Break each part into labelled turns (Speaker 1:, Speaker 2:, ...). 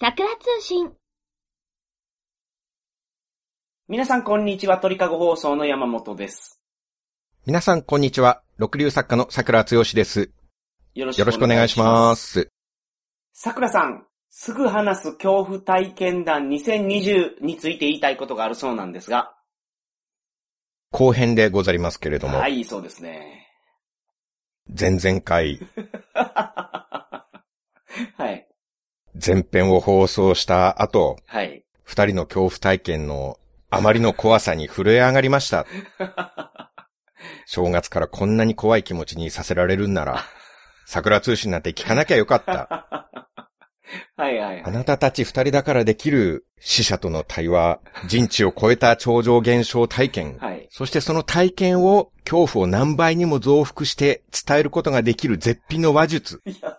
Speaker 1: 桜通信。
Speaker 2: 皆さんこんにちは、鳥かご放送の山本です。
Speaker 3: 皆さん、こんにちは。六流作家の桜つよしです。
Speaker 2: よろ
Speaker 3: よろしくお願いしま。す。
Speaker 2: さくらさん、すぐ話す恐怖体験談2020について言いたいことがあるそうなんですが。
Speaker 3: 後編でござりますけれども、
Speaker 2: はい、そうですね。
Speaker 3: 前々回、
Speaker 2: はい、
Speaker 3: 前編を放送した後、
Speaker 2: はい。
Speaker 3: 二人の恐怖体験のあまりの怖さに震え上がりました。正月からこんなに怖い気持ちにさせられるんなら、桜通信なんて聞かなきゃよかった。
Speaker 2: はいはい
Speaker 3: あ
Speaker 2: はい。
Speaker 3: なたたち二人だからできる死者との対話、人知を超えた超常現象体験、
Speaker 2: はい。
Speaker 3: そしてその体験を恐怖を何倍にも増幅して伝えることができる絶品の話術。
Speaker 2: いや、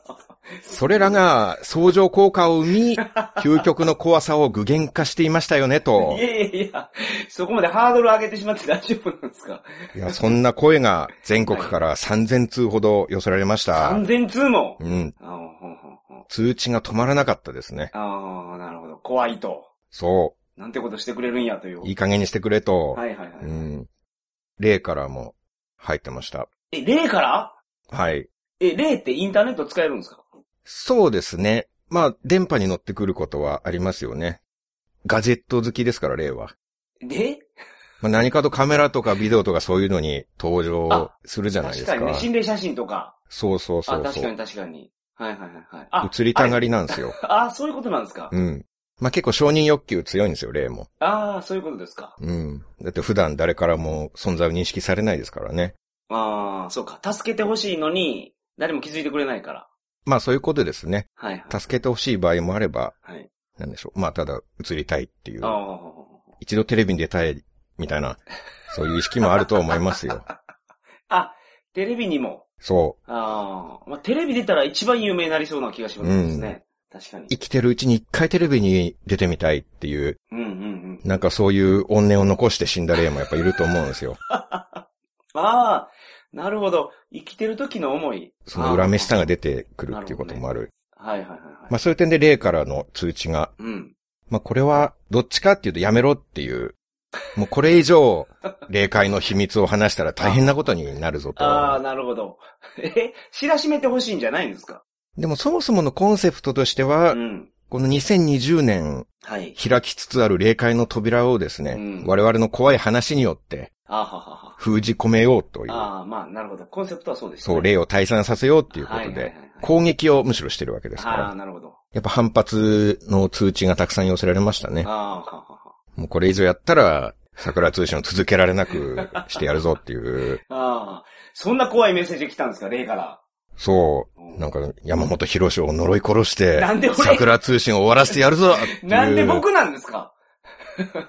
Speaker 3: それらが相乗効果を生み、究極の怖さを具現化していましたよねと
Speaker 2: い。やいやいや、そこまでハードル上げてしまって大丈夫なんですか
Speaker 3: いや、そんな声が全国から3000通ほど寄せられました。
Speaker 2: ?3000 通も
Speaker 3: うん。
Speaker 2: あーほんほんほん
Speaker 3: 通知が止まらなかったですね。
Speaker 2: あー、なるほど。怖いと。
Speaker 3: そ
Speaker 2: なんてことしてくれるんやという。
Speaker 3: う。いい加減にしてくれと
Speaker 2: は。いはいはい。
Speaker 3: うん。例からも入ってました。
Speaker 2: え、例から
Speaker 3: はい。
Speaker 2: え、例ってインターネット使えるんですか
Speaker 3: そうですね。まあ、電波に乗ってくることはありますよね。ガジェット好きですから、例は。
Speaker 2: で
Speaker 3: まあ、何かとカメラとかビデオとかそういうのに登場するじゃない
Speaker 2: 確
Speaker 3: ですか。
Speaker 2: かにね、心霊写真とか。
Speaker 3: そうそう
Speaker 2: あ、
Speaker 3: そう
Speaker 2: 確
Speaker 3: そ
Speaker 2: か
Speaker 3: う
Speaker 2: に。確かに。はいはいはいはい。あ、
Speaker 3: 映りたが
Speaker 2: り。
Speaker 3: りなんですよ。
Speaker 2: あ、そういうことなんですか
Speaker 3: うん。まあ、結構承認欲求強いんですよ、例も。
Speaker 2: ああ、そういうことですか。
Speaker 3: うん。だって普段誰からも存在を認識されないですからね。
Speaker 2: ああ、そうか。助けてほしいのに、誰も気づいてくれないから。
Speaker 3: まあそういうことですね。
Speaker 2: はいはい。
Speaker 3: 助けてほしい場合もあれば、
Speaker 2: はい。
Speaker 3: なんでしょう。まあただ映りたいっていう
Speaker 2: あ。あ、
Speaker 3: 一度テレビに出たい、みたいな、そういう意識もあると思いますよ。
Speaker 2: あ、テレビにも。
Speaker 3: そう。
Speaker 2: ああ、まあ、テレビ出たら一番有名になりそうな気がしますね。確かに。
Speaker 3: 生きてるうちに一回テレビに出てみたいっていう、
Speaker 2: うんうんうん。
Speaker 3: なんかそういう怨念を残して死んだ例もやっぱいると思うんですよ。
Speaker 2: ああ、なるほど。生きてる時の思い。
Speaker 3: その恨めしさ
Speaker 2: あ
Speaker 3: が出てくるっていうこともある。
Speaker 2: あ。はいはいはいはい。
Speaker 3: まあそういう点で例からの通知が、
Speaker 2: うん。
Speaker 3: まあこれはどっちかっていうとやめろっていう、もうこれ以上、霊界の秘密を話したら大変なことになるぞと。
Speaker 2: ああ、なるほど。 え、知らしめてほしいんじゃないんですか
Speaker 3: でもそもそものコンセプトとしては
Speaker 2: う、ん。
Speaker 3: この2020年
Speaker 2: はい。
Speaker 3: 開きつつある霊界の扉をですね、
Speaker 2: うん
Speaker 3: 我々の怖い話によって
Speaker 2: あーははは。
Speaker 3: 封じ込めようという、
Speaker 2: ああ、まあ、なるほど。コンセプトはそうです、ね。
Speaker 3: そう、霊を退散させようっていうこ
Speaker 2: は
Speaker 3: と
Speaker 2: いはいはい
Speaker 3: で
Speaker 2: は、い
Speaker 3: 攻撃をむしろしてるわけですか
Speaker 2: ああ、
Speaker 3: ら、
Speaker 2: なるほど。
Speaker 3: やっぱ反発の通知がたくさん寄せられましたね
Speaker 2: あ。あ、ははは。
Speaker 3: もうこれ以上やったら、桜通信を続けられなくしてやるぞって いう、
Speaker 2: ああ、そんな怖いメッセージ来たんですか、例から。
Speaker 3: そう、なんか山本博士を呪い殺して
Speaker 2: なんで、俺
Speaker 3: 桜通信を終わらせてやるぞっていう、
Speaker 2: なんで僕なんですか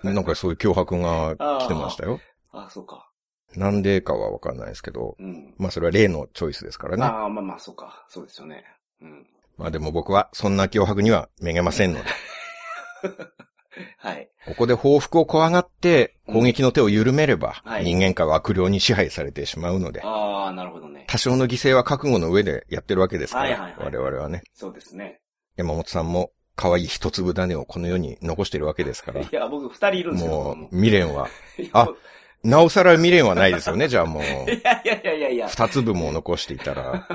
Speaker 3: なんかそういう脅迫が来てましたよ。
Speaker 2: ああ、そうか。
Speaker 3: なんでかはわかんないですけど、
Speaker 2: うん。
Speaker 3: まあそれは例のチョイスですからね。
Speaker 2: ああ、まあまあ、そうか。そうですよね。うん。
Speaker 3: まあでも僕はそんな脅迫にはめげませんので、
Speaker 2: はい。
Speaker 3: ここで報復を怖がって攻撃の手を緩めれば
Speaker 2: うんは、い
Speaker 3: 人間界は悪霊に支配されてしまうので、
Speaker 2: ああ、なるほどね。
Speaker 3: 多少の犠牲は覚悟の上でやってるわけですか
Speaker 2: はいはい
Speaker 3: ら、
Speaker 2: はい
Speaker 3: 我々はね。
Speaker 2: そうですね。
Speaker 3: 山本さんも可愛い一粒種をこの世に残してるわけですから
Speaker 2: い、や、僕二人いるんですよ。
Speaker 3: も
Speaker 2: 僕
Speaker 3: う未練は、
Speaker 2: いや
Speaker 3: あなおさら未練はないですよ ね、じゃあもう。
Speaker 2: いやいやいやいやい や。
Speaker 3: 二粒も残していたら、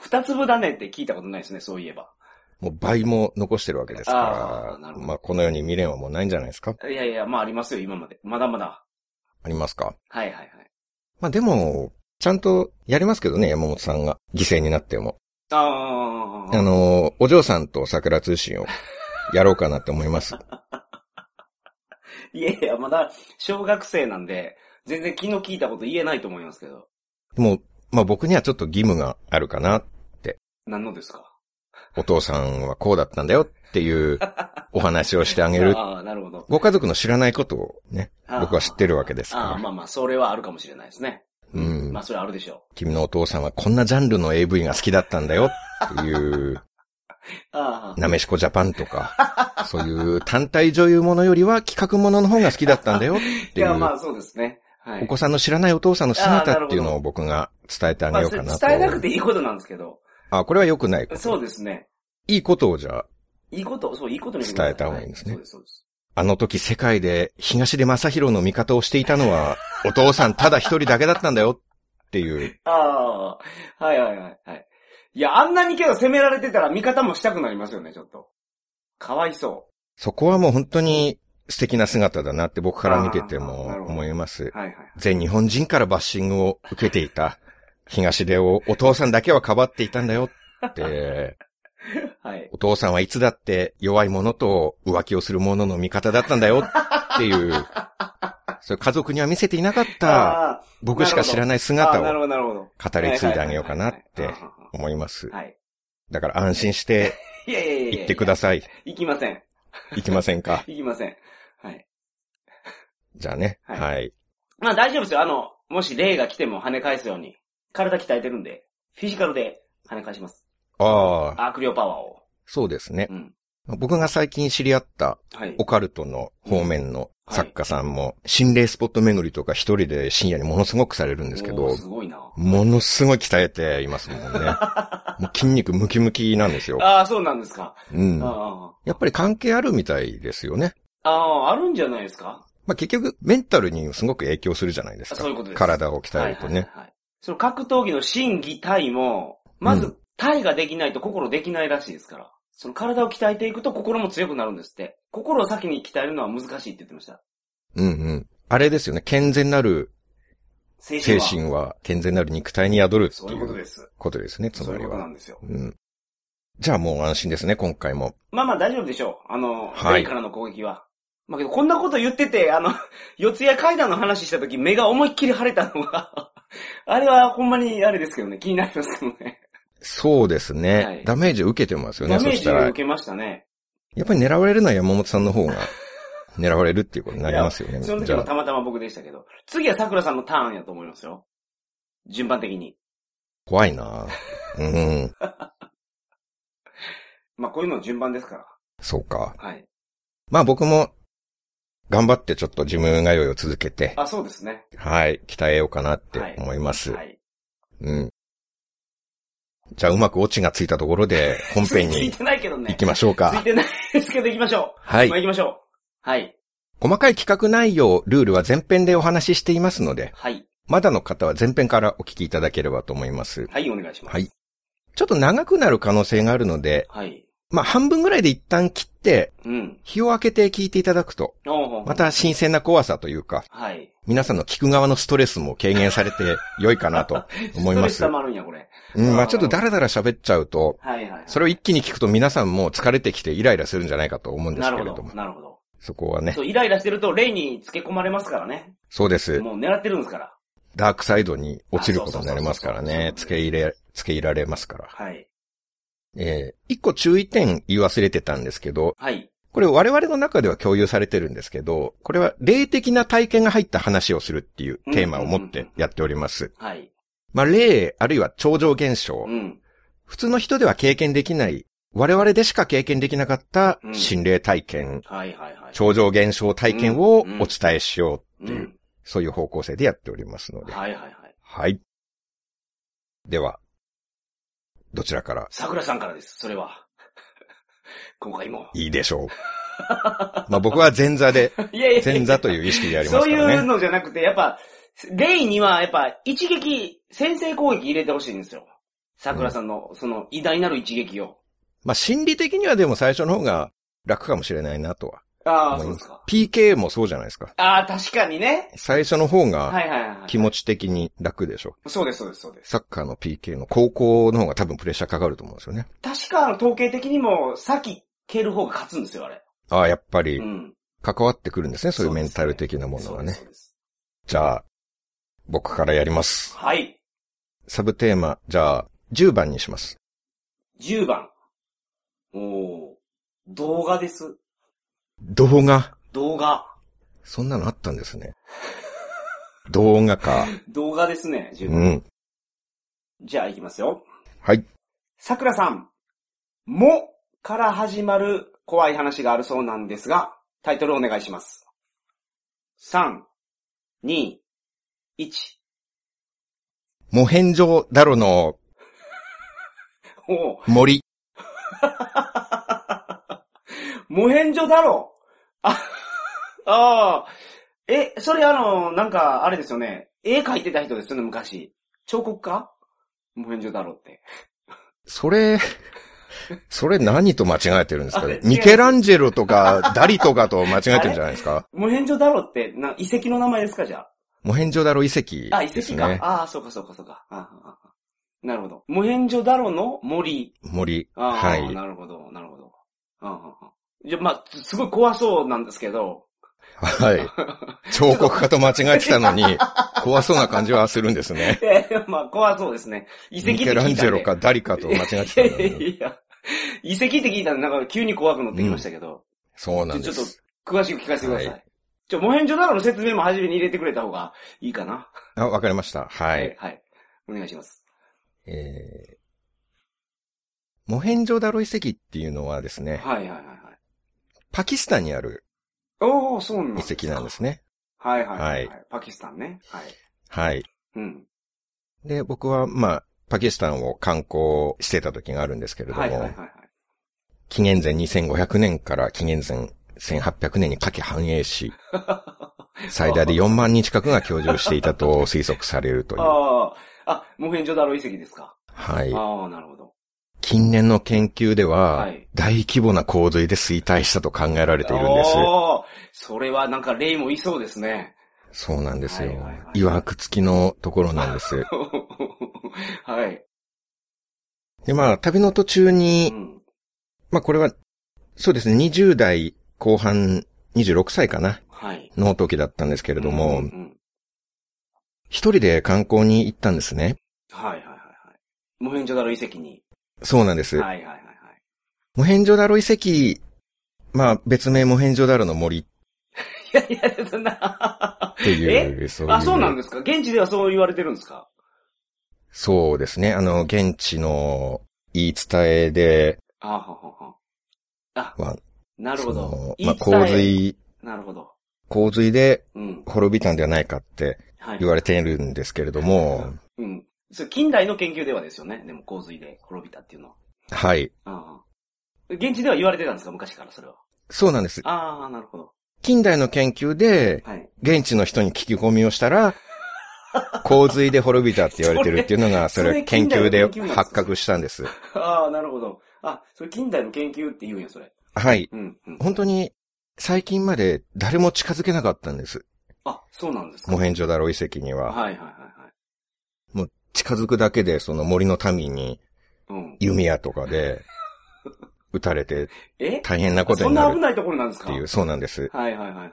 Speaker 2: 二粒だねって聞いたことないですね、そういえば。
Speaker 3: もう倍も残してるわけです
Speaker 2: あー
Speaker 3: か
Speaker 2: な
Speaker 3: ら
Speaker 2: る、ほど
Speaker 3: まあこの世に未練はもうないんじゃないですか
Speaker 2: いやいや、まあありますよ、今まで。まだまだ。
Speaker 3: ありますか
Speaker 2: はいはいはい。
Speaker 3: まあでも、ちゃんとやりますけどね、山本さんが犠牲になっても。
Speaker 2: あ
Speaker 3: あ
Speaker 2: あ、
Speaker 3: の、お嬢さんと桜通信をやろうかなって思 います。
Speaker 2: いやいや、まだ小学生なんで、全然気の利いたこと言えないと思いますけど。
Speaker 3: でも、まあ僕にはちょっと義務があるかな。
Speaker 2: 何のですか
Speaker 3: お父さんはこうだったんだよっていうお話をしてあげ る
Speaker 2: ああ、なるほど。
Speaker 3: ご家族の知らないことをね、
Speaker 2: あー
Speaker 3: 僕は知ってるわけです
Speaker 2: ああ、
Speaker 3: か
Speaker 2: ま
Speaker 3: ら。
Speaker 2: あまあ、それはあるかもしれないですね。
Speaker 3: うん
Speaker 2: まあ、それはあるでしょ
Speaker 3: 君のお父さんはこんなジャンルの AV が好きだったんだよっていう、
Speaker 2: う。ああ、
Speaker 3: なめしこジャパンとか、そういう単体女優ものよりは企画ものの方が好きだったんだよっ
Speaker 2: い
Speaker 3: てい
Speaker 2: や、
Speaker 3: う、
Speaker 2: まあそうですね。はい。
Speaker 3: お子さんの知らないお父さんの
Speaker 2: あーなる
Speaker 3: 姿っ
Speaker 2: ほど
Speaker 3: ていうのを僕が伝えてあげようか
Speaker 2: ま
Speaker 3: な
Speaker 2: あ
Speaker 3: と。
Speaker 2: 伝えなくていいことなんですけど。
Speaker 3: あ、これは良くない。
Speaker 2: そうですね。
Speaker 3: いいことをじゃあ、
Speaker 2: いいこと、そう、いいことに
Speaker 3: 伝えた方がいいんですね
Speaker 2: そうです、そうです。
Speaker 3: あの時世界で東出正宏の味方をしていた のは、お父さんただ一人だけだったんだよっていう。
Speaker 2: ああ、はいはいはい。はい。いや、あんなにけど攻められてたら味方もしたくなりますよね、ちょっと。かわいそ
Speaker 3: そこはもう本当に素敵な姿だなって僕から見てて
Speaker 2: あ
Speaker 3: も
Speaker 2: ーなるほど
Speaker 3: 思います
Speaker 2: う。。はいはいはい。
Speaker 3: 全日本人からバッシングを受けていた東出をお父さんだけはかばっていたんだよ って、
Speaker 2: はい。
Speaker 3: お父さんはいつだって弱い者と浮気をする者の味方だったんだよっ ていう、それ家族には見せていなかった
Speaker 2: あ
Speaker 3: 僕しか知らな
Speaker 2: ー、
Speaker 3: い
Speaker 2: あ
Speaker 3: 姿
Speaker 2: ーなるほ
Speaker 3: を
Speaker 2: ど、なるほど。
Speaker 3: 語り継いであげようかなって
Speaker 2: は
Speaker 3: 思います
Speaker 2: い。。はい。
Speaker 3: だから安心して
Speaker 2: いやいやいやいや。
Speaker 3: 行ってください。
Speaker 2: い。行きません。
Speaker 3: 行きませんか。
Speaker 2: 行きません。はい。
Speaker 3: じゃあね。
Speaker 2: はい
Speaker 3: はい。
Speaker 2: まあ大丈夫ですよ。あの、もし霊が来ても跳ね返すように。体鍛えてるんで、フィジカルで跳ね返します。
Speaker 3: ああ、
Speaker 2: アークリオパワーを。
Speaker 3: そうですね
Speaker 2: う。ん。
Speaker 3: 僕が最近知り合った
Speaker 2: はい
Speaker 3: オ。カルトの方面の作家さんも、心霊スポット巡りとか一人で深夜にものすごくされるんですけ
Speaker 2: おー
Speaker 3: ど、
Speaker 2: すごいな。
Speaker 3: ものすごい鍛えていますもんね。 もう筋肉ムキムキなんですよ。
Speaker 2: ああ、そうなんですか。
Speaker 3: うん。
Speaker 2: あ
Speaker 3: や
Speaker 2: ー
Speaker 3: っぱり関係あるみたいですよね。
Speaker 2: あー、あるんじゃないですか
Speaker 3: まあ、結局、メンタルにすごく影響するじゃないです
Speaker 2: あ
Speaker 3: か。
Speaker 2: そういうことです。
Speaker 3: 体を鍛えると
Speaker 2: はい
Speaker 3: ね。
Speaker 2: はいはい。その格闘技の真技体も、ま
Speaker 3: う
Speaker 2: ず、体ができないと心できないらしいですから。その体を鍛えていくと心も強くなるんですって。心を先に鍛えるのは難しいって言ってました。
Speaker 3: うんうん。あれですよね。健全なる
Speaker 2: 精神
Speaker 3: 精
Speaker 2: は。
Speaker 3: 神は健全なる肉体に宿るって
Speaker 2: そうい
Speaker 3: いう
Speaker 2: こと
Speaker 3: う
Speaker 2: です。
Speaker 3: ことですね、つ
Speaker 2: そうい
Speaker 3: まり
Speaker 2: うことな
Speaker 3: は。
Speaker 2: んですよ。
Speaker 3: うん。じゃあもう安心ですね、今回も。
Speaker 2: まあまあ大丈夫でしょう。あの、
Speaker 3: はい
Speaker 2: 前からの攻撃は。まあけど、こんなこと言ってて、あの、 四谷階段の話した時、目が思いっきり腫れたのが、 あれはほんまにあれですけどね、気になりますけどね。
Speaker 3: そうですね。
Speaker 2: はい
Speaker 3: ダメージを受けてますよね、
Speaker 2: ダメ
Speaker 3: そ
Speaker 2: ー
Speaker 3: し
Speaker 2: ジ
Speaker 3: た
Speaker 2: を
Speaker 3: ら
Speaker 2: 受。けましたね。
Speaker 3: やっぱり狙われるのは山本さんの方が狙われるっていうことになりますよね。
Speaker 2: その時
Speaker 3: じゃ
Speaker 2: も
Speaker 3: あ、
Speaker 2: たまたま僕でしたけど。次は桜さんのターンやと思いますよ。順番的に。
Speaker 3: 怖いなうん。
Speaker 2: まあこういうの順番ですから。
Speaker 3: そうか。
Speaker 2: はい。
Speaker 3: まあ僕も、頑張ってちょっと自分通いを続けて、
Speaker 2: あ、そうですね。
Speaker 3: はい、鍛えようかなって思います。
Speaker 2: はい。
Speaker 3: うん。じゃあうまくオチがついたとこ ろで、本編
Speaker 2: つい
Speaker 3: に
Speaker 2: てないけどね
Speaker 3: 行。きましょう
Speaker 2: つい
Speaker 3: か。
Speaker 2: てないですけど行きましょう。
Speaker 3: はい
Speaker 2: まあ。行きましょう。はい。
Speaker 3: 細かい企画内容、ルールは前編でお話ししていますので、
Speaker 2: はい。
Speaker 3: まだの方は前編からお聞きいただければと思います。
Speaker 2: はい、お願いします。
Speaker 3: はい。ちょっと長くなる可能性があるので、
Speaker 2: はい。
Speaker 3: まあ、半分ぐらいで一旦切って、
Speaker 2: うん。
Speaker 3: 日を明けて聞いていただくと、
Speaker 2: おうほう
Speaker 3: また新鮮な怖さというか、
Speaker 2: はい。
Speaker 3: 皆さんの聞く側のストレスも軽減されて良いかなと思いま
Speaker 2: ス
Speaker 3: す
Speaker 2: トレス溜。まるんや、これ。
Speaker 3: うん、まあちょっとダラダラ喋っちゃうと、
Speaker 2: はいはい。
Speaker 3: それを一気に聞くと皆さんも疲れてきてイライラするんじゃないかと思うんで
Speaker 2: な
Speaker 3: すけ
Speaker 2: る
Speaker 3: れ
Speaker 2: ほ
Speaker 3: ど
Speaker 2: ど
Speaker 3: も、、
Speaker 2: なるほど。
Speaker 3: そこはね、
Speaker 2: そう、イライラしてると、霊につけ込まれますからね。
Speaker 3: そうです。
Speaker 2: もう狙ってるんですから。
Speaker 3: ダークサイドに落ちることになりますから
Speaker 2: あそうそうそう
Speaker 3: ね
Speaker 2: そ、う
Speaker 3: 付け入れ、付け入られますから。
Speaker 2: はい。
Speaker 3: えー、一個注意点言い忘れてたんですけど、
Speaker 2: はい。
Speaker 3: これ我々の中では共有されてるんですけど、これは霊的な体験が入った話をするっていうテーマを持ってやっております。
Speaker 2: はい。
Speaker 3: まあ霊、あるいは超常現象
Speaker 2: う、ん。
Speaker 3: 普通の人では経験できない、我々でしか経験できなかった
Speaker 2: うん
Speaker 3: 心霊体験、
Speaker 2: はいはいはい。
Speaker 3: 超常現象体験をお
Speaker 2: うん
Speaker 3: 伝えしようっていうう、
Speaker 2: ん。
Speaker 3: そういう方向性でやっておりますので。
Speaker 2: はいはいはい。
Speaker 3: はい。では、どちらから
Speaker 2: 桜さんからです、それは。 今回も。
Speaker 3: いいでしょう。まあ僕は前座で、
Speaker 2: いやいや
Speaker 3: 前座と
Speaker 2: う
Speaker 3: いう意識でやりま
Speaker 2: そ
Speaker 3: す
Speaker 2: う
Speaker 3: か
Speaker 2: い
Speaker 3: ら
Speaker 2: う
Speaker 3: ね。
Speaker 2: のじゃなくて、やっぱ、霊には、やっぱ、一撃、先制攻撃入れてほしいんですよ。桜さんの、その、偉大なる一撃を。
Speaker 3: まあ心理的にはでも最初の方が楽かもしれないなとは。
Speaker 2: ああ、
Speaker 3: 思い
Speaker 2: そう
Speaker 3: ま
Speaker 2: ですすか。
Speaker 3: PK もそうじゃないですか。
Speaker 2: ああ、確かにね。
Speaker 3: 最初の方が
Speaker 2: はいはいはい。
Speaker 3: 気持ち的に楽でしょ。
Speaker 2: そうです、そうです、そうです。
Speaker 3: サッカーの PK の高校の方が多分プレッシャーかかると思うんですよね。
Speaker 2: 確か、あの統計的にも、先蹴る方が勝つんですよ、あれ。
Speaker 3: ああ、やっぱり
Speaker 2: うん。
Speaker 3: 関わってくるんですね。そういうメンタル的なもの
Speaker 2: そ
Speaker 3: は
Speaker 2: うで
Speaker 3: ね
Speaker 2: す。そうです
Speaker 3: じゃあ、僕からやります。
Speaker 2: はい。
Speaker 3: サブテーマ、じゃあ、10番にします。
Speaker 2: 10番。おー動画です。
Speaker 3: 動画。
Speaker 2: 動画。
Speaker 3: そんなのあったんです ね。動画か。
Speaker 2: 動画ですね、10
Speaker 3: う
Speaker 2: 番。
Speaker 3: ん。
Speaker 2: じゃあ、いきますよ。
Speaker 3: はい。
Speaker 2: 桜さん。もから始まる怖い話があるそうなんですが、タイトルお願いします。3、2、1。
Speaker 3: モヘンジョダロの
Speaker 2: おー
Speaker 3: 森。
Speaker 2: モヘンジョだろあ、ああ。え、それあの、なんか、あれですよね。絵描いてた人ですよね、昔。彫刻家モヘンジョだろって。
Speaker 3: それ、それ何と間違えてるんですか
Speaker 2: あ違
Speaker 3: ね
Speaker 2: う
Speaker 3: ミケランジェロ とか、ダリとかと間違えてるんじゃないですか
Speaker 2: モヘンジョだろって、な、遺跡の名前ですか、じゃあ。
Speaker 3: モヘンジョダロ遺跡
Speaker 2: あ、遺
Speaker 3: です
Speaker 2: 跡か。
Speaker 3: ね。
Speaker 2: ああ、そうかそうかそうか。あああなるほど。モヘンジョダロの森。
Speaker 3: 森。
Speaker 2: ああ、
Speaker 3: はい。
Speaker 2: なるほど、なるほど。ああああじゃあ、まあ、すすごい怖そうなんですけど。
Speaker 3: はい。彫刻家と間違えてたのに、怖そうな感じはするんですね。
Speaker 2: えーまあ、怖そうですね。 遺跡っ
Speaker 3: ミ
Speaker 2: て聞いたん
Speaker 3: ケラ
Speaker 2: で
Speaker 3: ンジェロかダリかと間違 えてたの
Speaker 2: いや
Speaker 3: に。
Speaker 2: いや、遺跡って聞いたらなんか急に怖くなってきましたけど。
Speaker 3: そうなん
Speaker 2: ちょ
Speaker 3: で
Speaker 2: ちょっ
Speaker 3: す。
Speaker 2: と、詳しく聞かせてください。
Speaker 3: はい
Speaker 2: ちょ、モヘンジョダロの説明も初めに入れてくれた方がいいかな。
Speaker 3: あ、わかりました。はい。
Speaker 2: はい。お願いします。
Speaker 3: えーモヘンジョダロ遺跡っていうのはですね、
Speaker 2: はいはいはいはい。
Speaker 3: パキスタンにある
Speaker 2: おー、そうなん
Speaker 3: 遺跡なんですね。
Speaker 2: はいはいはい、は。
Speaker 3: はい
Speaker 2: パキスタンね。はい。
Speaker 3: はい。
Speaker 2: うん。
Speaker 3: で、僕は、まあ、パキスタンを観光してた時があるんですけれど
Speaker 2: はいはいはい
Speaker 3: も、
Speaker 2: はい。
Speaker 3: 紀元前2500年から紀元前1800年にかけ繁 栄し、最大で4万人近くが居住していたと推測されるという。
Speaker 2: ああ、あ、モヘンジョダロ遺跡ですか。
Speaker 3: はい。
Speaker 2: ああ、なるほど。
Speaker 3: 近年の研究では、
Speaker 2: はい
Speaker 3: 大規模な洪水で衰退したと考えられているんです。
Speaker 2: おーそれはなんか霊もいそうですね。
Speaker 3: そうなんです
Speaker 2: は
Speaker 3: よ
Speaker 2: いはいはい。
Speaker 3: いわくつきのところなんです。
Speaker 2: はい。
Speaker 3: で、まあ、旅の途中に、
Speaker 2: うん。
Speaker 3: まあこれは、そうですね、20代後半、26歳かな、
Speaker 2: はい。
Speaker 3: の時だったんですけれども、
Speaker 2: うんうんうん
Speaker 3: 一人で観光に行ったんですね。
Speaker 2: はいはいはいはい。モヘンジョダロ遺跡に。
Speaker 3: そうなんです。
Speaker 2: はいはいはいはい。
Speaker 3: モヘンジョダロ遺跡、まあ別名モヘンジョダロの森っ
Speaker 2: いやいや、そんな。
Speaker 3: ていう、そういう。
Speaker 2: あ、そうなんですか現地ではそう言われてるんですか
Speaker 3: そうですね、あの、現地の言い伝えで、
Speaker 2: あははは。あ
Speaker 3: は、
Speaker 2: なる
Speaker 3: そ
Speaker 2: ほど
Speaker 3: の。、まあ洪
Speaker 2: 言い伝え。
Speaker 3: 水、
Speaker 2: なるほど。
Speaker 3: 洪水で
Speaker 2: うん。
Speaker 3: 滅びたんではないかって
Speaker 2: はい。
Speaker 3: 言われているんですけれども、
Speaker 2: うん。それ近代の研究ではですよね。でも洪水で滅びたっていうのは。
Speaker 3: はい。
Speaker 2: ああ。現地では言われてたんですか昔からそれは。
Speaker 3: そうなんです。
Speaker 2: ああ、なるほど。
Speaker 3: 近代の研究で、
Speaker 2: はい。
Speaker 3: 現地の人に聞き込みをしたら、洪水で滅びたって言われてるっていうのが、
Speaker 2: そ
Speaker 3: そ
Speaker 2: れ
Speaker 3: れ研究
Speaker 2: それ近
Speaker 3: で
Speaker 2: 代の研究なんですか
Speaker 3: 発覚したんです。
Speaker 2: ああ、なるほど。あ、それ近代の研究って言うんや、それ。
Speaker 3: はい。
Speaker 2: うん、うん。
Speaker 3: 本当に、最近まで誰も近づけなかったんです。
Speaker 2: あ、そうなんですか。
Speaker 3: モヘンジョダロ遺跡には。
Speaker 2: はいはいはい
Speaker 3: 近づくだけで、その森の民に
Speaker 2: はい。うん。
Speaker 3: 弓矢と かで、撃たれて
Speaker 2: え
Speaker 3: 大変なこと
Speaker 2: そ
Speaker 3: に
Speaker 2: ん
Speaker 3: な
Speaker 2: な
Speaker 3: る
Speaker 2: 危ないところなんです
Speaker 3: っ
Speaker 2: か
Speaker 3: ていう、そうなんです。
Speaker 2: はいはいはいはい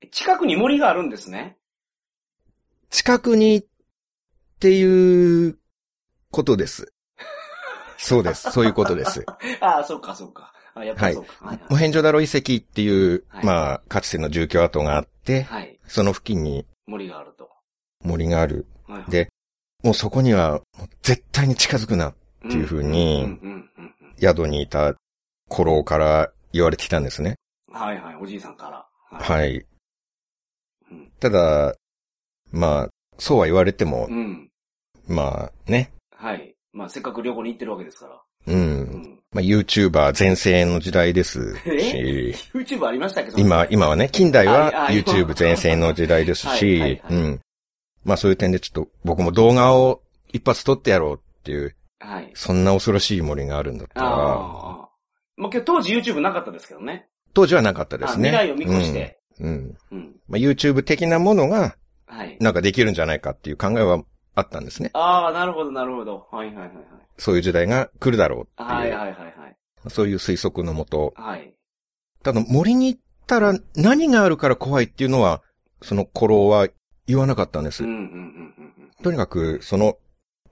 Speaker 2: え。近くに森があるんですね。
Speaker 3: 近くにっていうこと です。そうです。そういうことです。
Speaker 2: ああ、そうかそうか。あやっぱそうか。はい
Speaker 3: モ
Speaker 2: はい。
Speaker 3: ヘンジョダロ遺跡っていう、
Speaker 2: はい
Speaker 3: まあ、かつての住居跡があって、
Speaker 2: はい。
Speaker 3: その付近に
Speaker 2: 森があると。
Speaker 3: 森がある。
Speaker 2: はいはい
Speaker 3: でもうそこには、もう絶対に近づくな、
Speaker 2: って
Speaker 3: いうふうに
Speaker 2: うんうんうんうん
Speaker 3: 宿にいた古老から言われてきたんですね。
Speaker 2: うん。はいはい、おじいさんから。い。
Speaker 3: はい
Speaker 2: うん。
Speaker 3: ただ、まあ、そうは言われても
Speaker 2: う、ん。
Speaker 3: まあね、
Speaker 2: はい。まあ、せっかく旅行に行ってるわけですから。う
Speaker 3: う。
Speaker 2: んん。
Speaker 3: まあ、YouTuber 全盛の時代です
Speaker 2: え
Speaker 3: し、
Speaker 2: YouTube ありましたけど。
Speaker 3: 今、今はね、近代
Speaker 2: あ
Speaker 3: はい
Speaker 2: あ
Speaker 3: YouTube 全盛の時代です
Speaker 2: はいはい
Speaker 3: し、
Speaker 2: はい
Speaker 3: うん。まあそういう点でちょっと僕も動画を一発撮ってやろうっていう、
Speaker 2: はい。
Speaker 3: そんな恐ろしい森があるんだった
Speaker 2: あ
Speaker 3: ら、
Speaker 2: あ。まあ、今日当時 YouTube なかったですけどね。
Speaker 3: 当時はなかったですね。
Speaker 2: あ未来を見越して。
Speaker 3: うん。うん
Speaker 2: うん。
Speaker 3: まあ、YouTube 的なものが、
Speaker 2: はい。
Speaker 3: なんかできるんじゃないかっていう考えはあったんですね。
Speaker 2: ああ、なるほど、なるほど。はいはいはいはい。
Speaker 3: そういう時代が来るだろうっていう、
Speaker 2: はいはいはいはい。
Speaker 3: そういう推測のもと。
Speaker 2: はい。
Speaker 3: ただ森に行ったら何があるから怖いっていうのは、その古老は言わなかったんで
Speaker 2: う
Speaker 3: す。
Speaker 2: んうんうんうんうん。
Speaker 3: とにかく、その、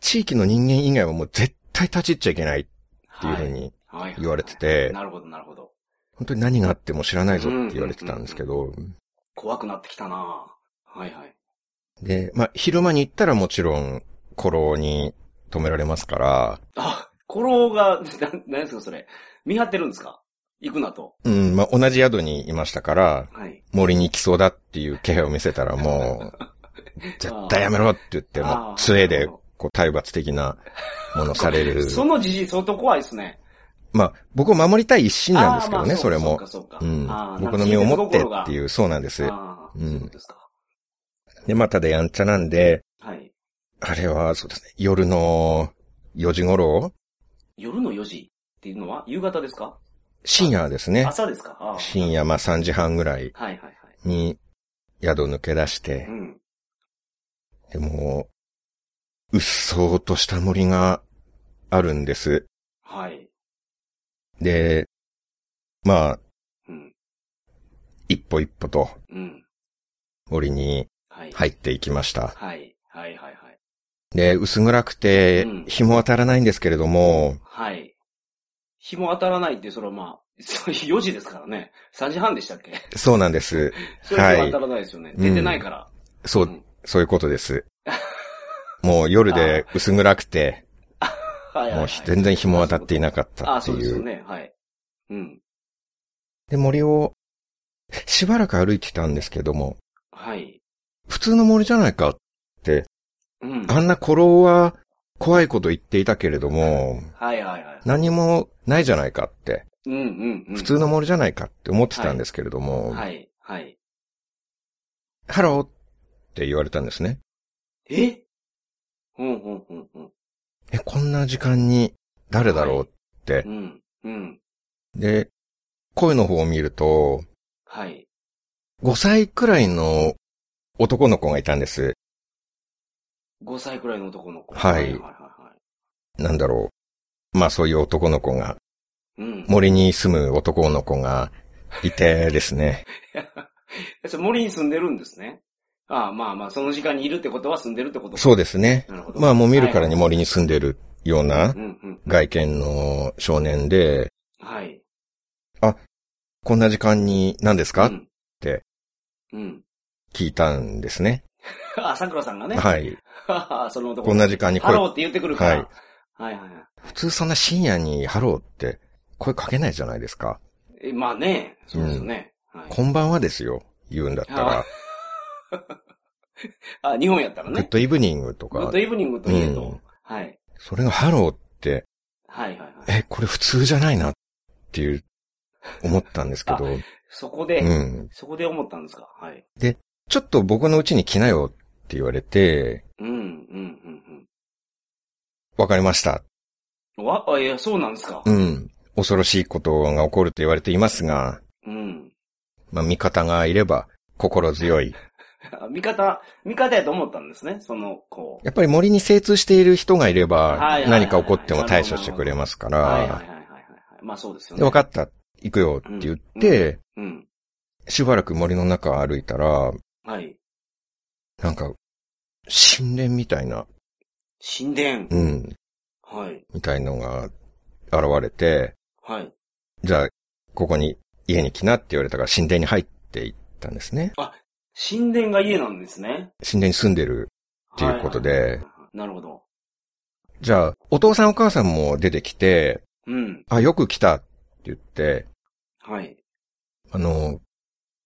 Speaker 3: 地域の人間以外はもう絶対立ち入っちゃいけないっていうふうに、
Speaker 2: はいはい
Speaker 3: 言われてて
Speaker 2: なるほどなるほど。
Speaker 3: 本当に何があっても知らないぞって言われてたんですけど、
Speaker 2: 怖くなってきたなはいはい。
Speaker 3: で、まあ、昼間に行ったらもちろん、古老に止められますから、
Speaker 2: あ、コロが、 な、なんですかそれ。見張ってるんですか行くなと。
Speaker 3: うん、まあ、同じ宿にいましたから、
Speaker 2: はい。
Speaker 3: 森に行きそうだっていう気配を見せたらもう、 絶対やめろって言って、も
Speaker 2: あー
Speaker 3: う、杖で、こう、体罰的なものされる。
Speaker 2: そのじじい相当怖いですね。
Speaker 3: まあ、僕を守りたい一心なんですけどね、
Speaker 2: あーまあ
Speaker 3: それも
Speaker 2: うか。そうか
Speaker 3: う
Speaker 2: そ
Speaker 3: ん
Speaker 2: あ。ー
Speaker 3: 僕の身をもって
Speaker 2: なんか
Speaker 3: っていう、そうなんです。
Speaker 2: ああ、
Speaker 3: うん
Speaker 2: そうですか。
Speaker 3: で、まあ、ただやんちゃなんで、
Speaker 2: はい。
Speaker 3: あれは、そうですね、夜の4時頃
Speaker 2: 夜の4時っていうのは夕方ですか
Speaker 3: 深夜ですね。
Speaker 2: 朝ですかああ。
Speaker 3: 深夜、まあ3時半ぐらい
Speaker 2: はいはいはい。
Speaker 3: に宿抜け出して
Speaker 2: う、ん。
Speaker 3: でも、うっそうとした森があるんです。
Speaker 2: はい。
Speaker 3: で、まあ、
Speaker 2: うん。
Speaker 3: 一歩一歩と
Speaker 2: うん。
Speaker 3: 森に
Speaker 2: はい。
Speaker 3: 入っていきました。
Speaker 2: はい。はいはいはい。
Speaker 3: で、薄暗くて
Speaker 2: うん、
Speaker 3: 日も当たらないんですけれども、
Speaker 2: はい。日も当たらないって、それはまあ、そう4時ですからね。3時半でしたっ け
Speaker 3: そうなんです。
Speaker 2: それは日
Speaker 3: は
Speaker 2: も
Speaker 3: い
Speaker 2: 当たらないですよね。
Speaker 3: うん
Speaker 2: 出てないから。
Speaker 3: そうう、
Speaker 2: ん
Speaker 3: そういうことです。もう夜で薄暗くて、
Speaker 2: はいはい
Speaker 3: も
Speaker 2: は
Speaker 3: う
Speaker 2: い。
Speaker 3: 全然日も当たっていなかっ
Speaker 2: あ
Speaker 3: た
Speaker 2: あ、
Speaker 3: って
Speaker 2: そうで
Speaker 3: い
Speaker 2: すよ
Speaker 3: う。
Speaker 2: ね。はい。うん。
Speaker 3: で、森を、しばらく歩いてきたんですけども、
Speaker 2: はい。
Speaker 3: 普通の森じゃないか。
Speaker 2: うん。
Speaker 3: あんな古老は怖いこと言っていたけれども、
Speaker 2: はいはいはい。
Speaker 3: 何もないじゃないかって、
Speaker 2: うんうんうん。
Speaker 3: 普通の森じゃないかって思ってたんですけれども、
Speaker 2: はい。はい。
Speaker 3: ハローって言われたんですね。
Speaker 2: えうんうんうんうん。
Speaker 3: え、こんな時間に誰だろう、
Speaker 2: はいうん。うん。
Speaker 3: で、声の方を見ると、
Speaker 2: はい。
Speaker 3: 5歳くらいの男の子がいたんです。
Speaker 2: 5歳くらいの男の子。
Speaker 3: はい
Speaker 2: はいはいは
Speaker 3: なんだろう。まあそういう男の子が、
Speaker 2: い。うん。
Speaker 3: 森に住む男の子がいてですね。
Speaker 2: それ森に住んでるんですね。ああ、まあまあ、その時間にいるってことは住んでるってこと
Speaker 3: そうですね。
Speaker 2: なるほど。
Speaker 3: まあもう見るからに
Speaker 2: はい
Speaker 3: 森に住んでるような
Speaker 2: うんうん。
Speaker 3: 外見の少年で、
Speaker 2: はい。
Speaker 3: こんな時間に何ですか、
Speaker 2: うん
Speaker 3: て。
Speaker 2: うん。
Speaker 3: 聞いたんですね。
Speaker 2: あ、桜さんがね。
Speaker 3: はい。
Speaker 2: い。 その男。
Speaker 3: こんな時間に
Speaker 2: ハ
Speaker 3: 声、
Speaker 2: ローって言ってくるから。
Speaker 3: はい
Speaker 2: はいはいはい
Speaker 3: 普通そんな深夜にハローって声かけないじゃないですか。
Speaker 2: え。まあね、そうですよね。はい。
Speaker 3: こんばんはですよ。言うんだったら
Speaker 2: は、あ、日本やったら
Speaker 3: グッ
Speaker 2: ね。
Speaker 3: ドイブニングと
Speaker 2: グッ
Speaker 3: か
Speaker 2: ド、イブニングといえ
Speaker 3: う
Speaker 2: ど
Speaker 3: ん。
Speaker 2: はい。
Speaker 3: それがハローって、
Speaker 2: はいはいはい。
Speaker 3: え、これ普通じゃないなっていう、思ったんですけど、
Speaker 2: そこで
Speaker 3: う、ん。
Speaker 2: そこで思ったんですか。はい。
Speaker 3: ちょっと僕のうちに来なよって言われて、
Speaker 2: うん、うん、うん、
Speaker 3: わかりました。
Speaker 2: うん。わ、あ、いや、そうなんですか
Speaker 3: う。ん。恐ろしいことが起こると言われていますが、
Speaker 2: うん。
Speaker 3: まあ味方がいれば心強い。
Speaker 2: あ味方、味方やと思ったんですね。その、こう。
Speaker 3: やっぱり森に精通している人がいれ
Speaker 2: はいはいはい
Speaker 3: ば
Speaker 2: はい
Speaker 3: 何か起こっても対処してくれますか
Speaker 2: はいはいはい
Speaker 3: ら、
Speaker 2: はいはい。まあそうですよ
Speaker 3: で
Speaker 2: ね。
Speaker 3: わかった、行くよって言って、
Speaker 2: うん。
Speaker 3: しばらく森の中歩いたら、
Speaker 2: はい。
Speaker 3: なんか、神殿みたいな、
Speaker 2: 神殿。
Speaker 3: うん、
Speaker 2: はい。
Speaker 3: みたいのが現れて、
Speaker 2: はい。
Speaker 3: じゃあ、ここに、家に来なって言われたから神殿に入っていったんですね。
Speaker 2: 神殿が家なんですね。
Speaker 3: 神殿に住んでる。っていうことで
Speaker 2: はははいはいなるほど。
Speaker 3: じゃあ、お父さんお母さんも出てきて、
Speaker 2: うん。
Speaker 3: あ、よく来たって言って、
Speaker 2: はい。
Speaker 3: あの、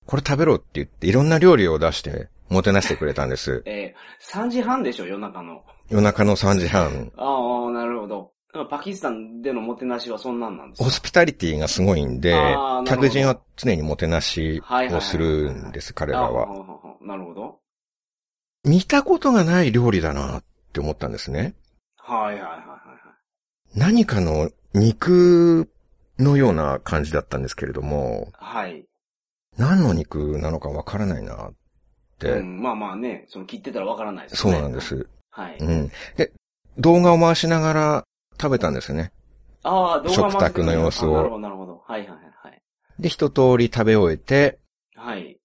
Speaker 3: これ食べろって言って、いろんな料理を出して、もてなしてくれたんです。
Speaker 2: えー、3時半でしょ、夜中の。
Speaker 3: 夜中の3時半。
Speaker 2: ああ、なるほど。パキスタンでのもてなしはそんなんなんです
Speaker 3: ホ
Speaker 2: か
Speaker 3: スピタリティがすごいんで
Speaker 2: あー、なるほど
Speaker 3: 客人は常にもてなしをするんです、彼ら
Speaker 2: あ
Speaker 3: は。
Speaker 2: ーなるほど。
Speaker 3: 見たことがない料理だなって思ったんですね。
Speaker 2: はいはいはいはい。
Speaker 3: 何かの肉のような感じだったんですけれども、
Speaker 2: はい。
Speaker 3: 何の肉なのかわからないなっ
Speaker 2: う
Speaker 3: て、
Speaker 2: ん、まあまあね、その切ってたらわからないです
Speaker 3: そ
Speaker 2: よ
Speaker 3: う
Speaker 2: ね。
Speaker 3: なんで。す。
Speaker 2: はい。
Speaker 3: うん。で、動画を回しながら食べたんですよね。
Speaker 2: ああ、動画
Speaker 3: 食卓の様子を
Speaker 2: あなるほど、なるほど。はいはいはい。
Speaker 3: で、一通り食べ終えて、
Speaker 2: はい。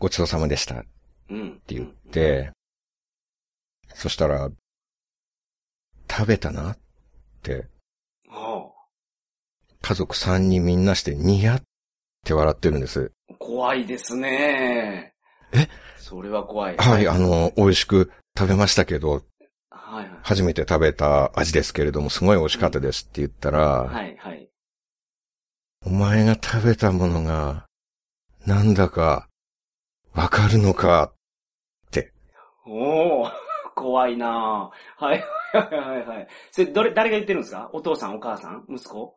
Speaker 3: ごちそうさまでしたっ
Speaker 2: うん。って
Speaker 3: 言っ。て、そしたら、食べたなって、
Speaker 2: は
Speaker 3: 家族3人みんなしてニヤって笑ってるんです。
Speaker 2: あ、怖いですね。
Speaker 3: え
Speaker 2: それは怖い。
Speaker 3: はい、
Speaker 2: はい
Speaker 3: あの、美味しく食べましたけど、
Speaker 2: はい。
Speaker 3: 初めて食べた味ですけれども、すごい美味しかったですって言ったら、
Speaker 2: はいはい。
Speaker 3: お前が食べたものが、なんだか、わかるのか、
Speaker 2: おお 怖いなぁ。はいはいはいはい。それ、どれ、誰が言ってるんですかお父さん、お母さん、息子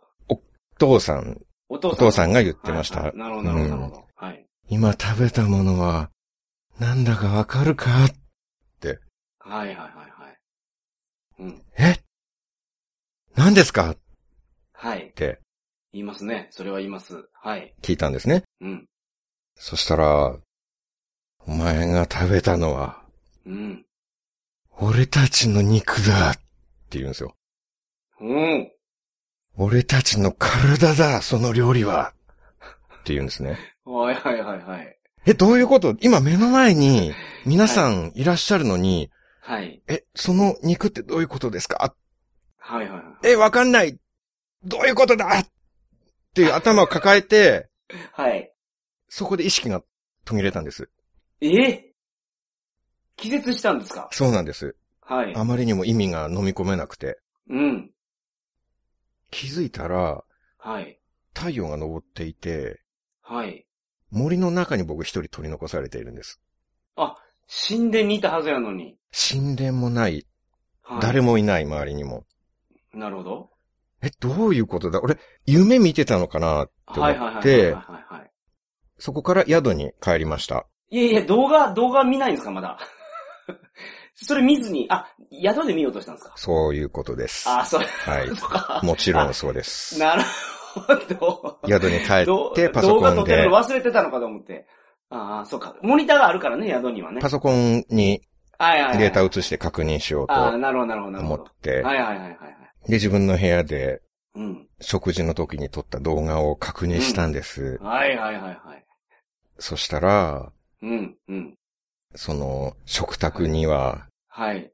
Speaker 3: 父さん、
Speaker 2: お父
Speaker 3: お
Speaker 2: さん。
Speaker 3: 父さんが言ってまし
Speaker 2: はいは
Speaker 3: た
Speaker 2: い。なるほど、なるほど、なるほど。はい。
Speaker 3: 今食べたものは、なんだかわかるか
Speaker 2: はい、はい、はい、はい。うん。
Speaker 3: え何ですかっ
Speaker 2: はい。
Speaker 3: て
Speaker 2: 言いますね。それは言います。はい。
Speaker 3: 聞いたんですね。
Speaker 2: うん。
Speaker 3: そしたら、お前が食べたのは、
Speaker 2: うん。
Speaker 3: 俺たちの肉だって言うんですよ。
Speaker 2: おー
Speaker 3: 俺たちの体だその料理はって言うんですね。
Speaker 2: はい、はい、はい、はい。
Speaker 3: え、どういうこと今目の前に皆さんいらっしゃるのに、
Speaker 2: はい。
Speaker 3: え、その肉ってどういうことですか
Speaker 2: はい、はい、
Speaker 3: え、わかんないどういうことだっていう頭を抱えて、
Speaker 2: はい。はい。
Speaker 3: そこで意識が途切れたんです。
Speaker 2: え気絶したんですか
Speaker 3: そうなんです。
Speaker 2: はい
Speaker 3: あ。まりにも意味が飲み込めなくて。
Speaker 2: うん。
Speaker 3: 気づいたら、
Speaker 2: はい。
Speaker 3: 太陽が昇っていて、
Speaker 2: はい。
Speaker 3: 森の中に僕一人取り残されているんです。
Speaker 2: 神殿にいたはずやのに。
Speaker 3: 神殿もない、
Speaker 2: はい、
Speaker 3: 誰もいない周りにも。
Speaker 2: なるほど。
Speaker 3: え、どういうことだ俺、夢見てたのかなって思
Speaker 2: はいはいは
Speaker 3: っ
Speaker 2: いはい
Speaker 3: て、
Speaker 2: はいはい。
Speaker 3: そこから宿に帰りました。
Speaker 2: いやいや、動画、動画見ないんですか、まだ。 それ見ずに、あ、宿で見ようとしたんですか
Speaker 3: そういうことです。は
Speaker 2: あ、そう
Speaker 3: い。
Speaker 2: とか。
Speaker 3: もちろんそうです。
Speaker 2: なるほど。
Speaker 3: 宿に帰
Speaker 2: ど
Speaker 3: って、パソ
Speaker 2: 動
Speaker 3: コ
Speaker 2: 画撮
Speaker 3: ン
Speaker 2: って
Speaker 3: で
Speaker 2: るの、忘れてたのかと思って。ああ、そうか。モニターがあるからね、宿にはね。
Speaker 3: パソコンに
Speaker 2: はいはいはい。
Speaker 3: データ移して確認しよう
Speaker 2: ああ、
Speaker 3: と
Speaker 2: なるほど、なるほど、なる
Speaker 3: 思
Speaker 2: ほ
Speaker 3: っ
Speaker 2: ど。は
Speaker 3: て、
Speaker 2: いはいはいはいはい。
Speaker 3: で、自分の部屋で
Speaker 2: うん。
Speaker 3: 食事の時に撮った動画を確認したんです。
Speaker 2: はいはいはいはい。
Speaker 3: そしたら、
Speaker 2: うん、うん。
Speaker 3: その、食卓には、
Speaker 2: はい。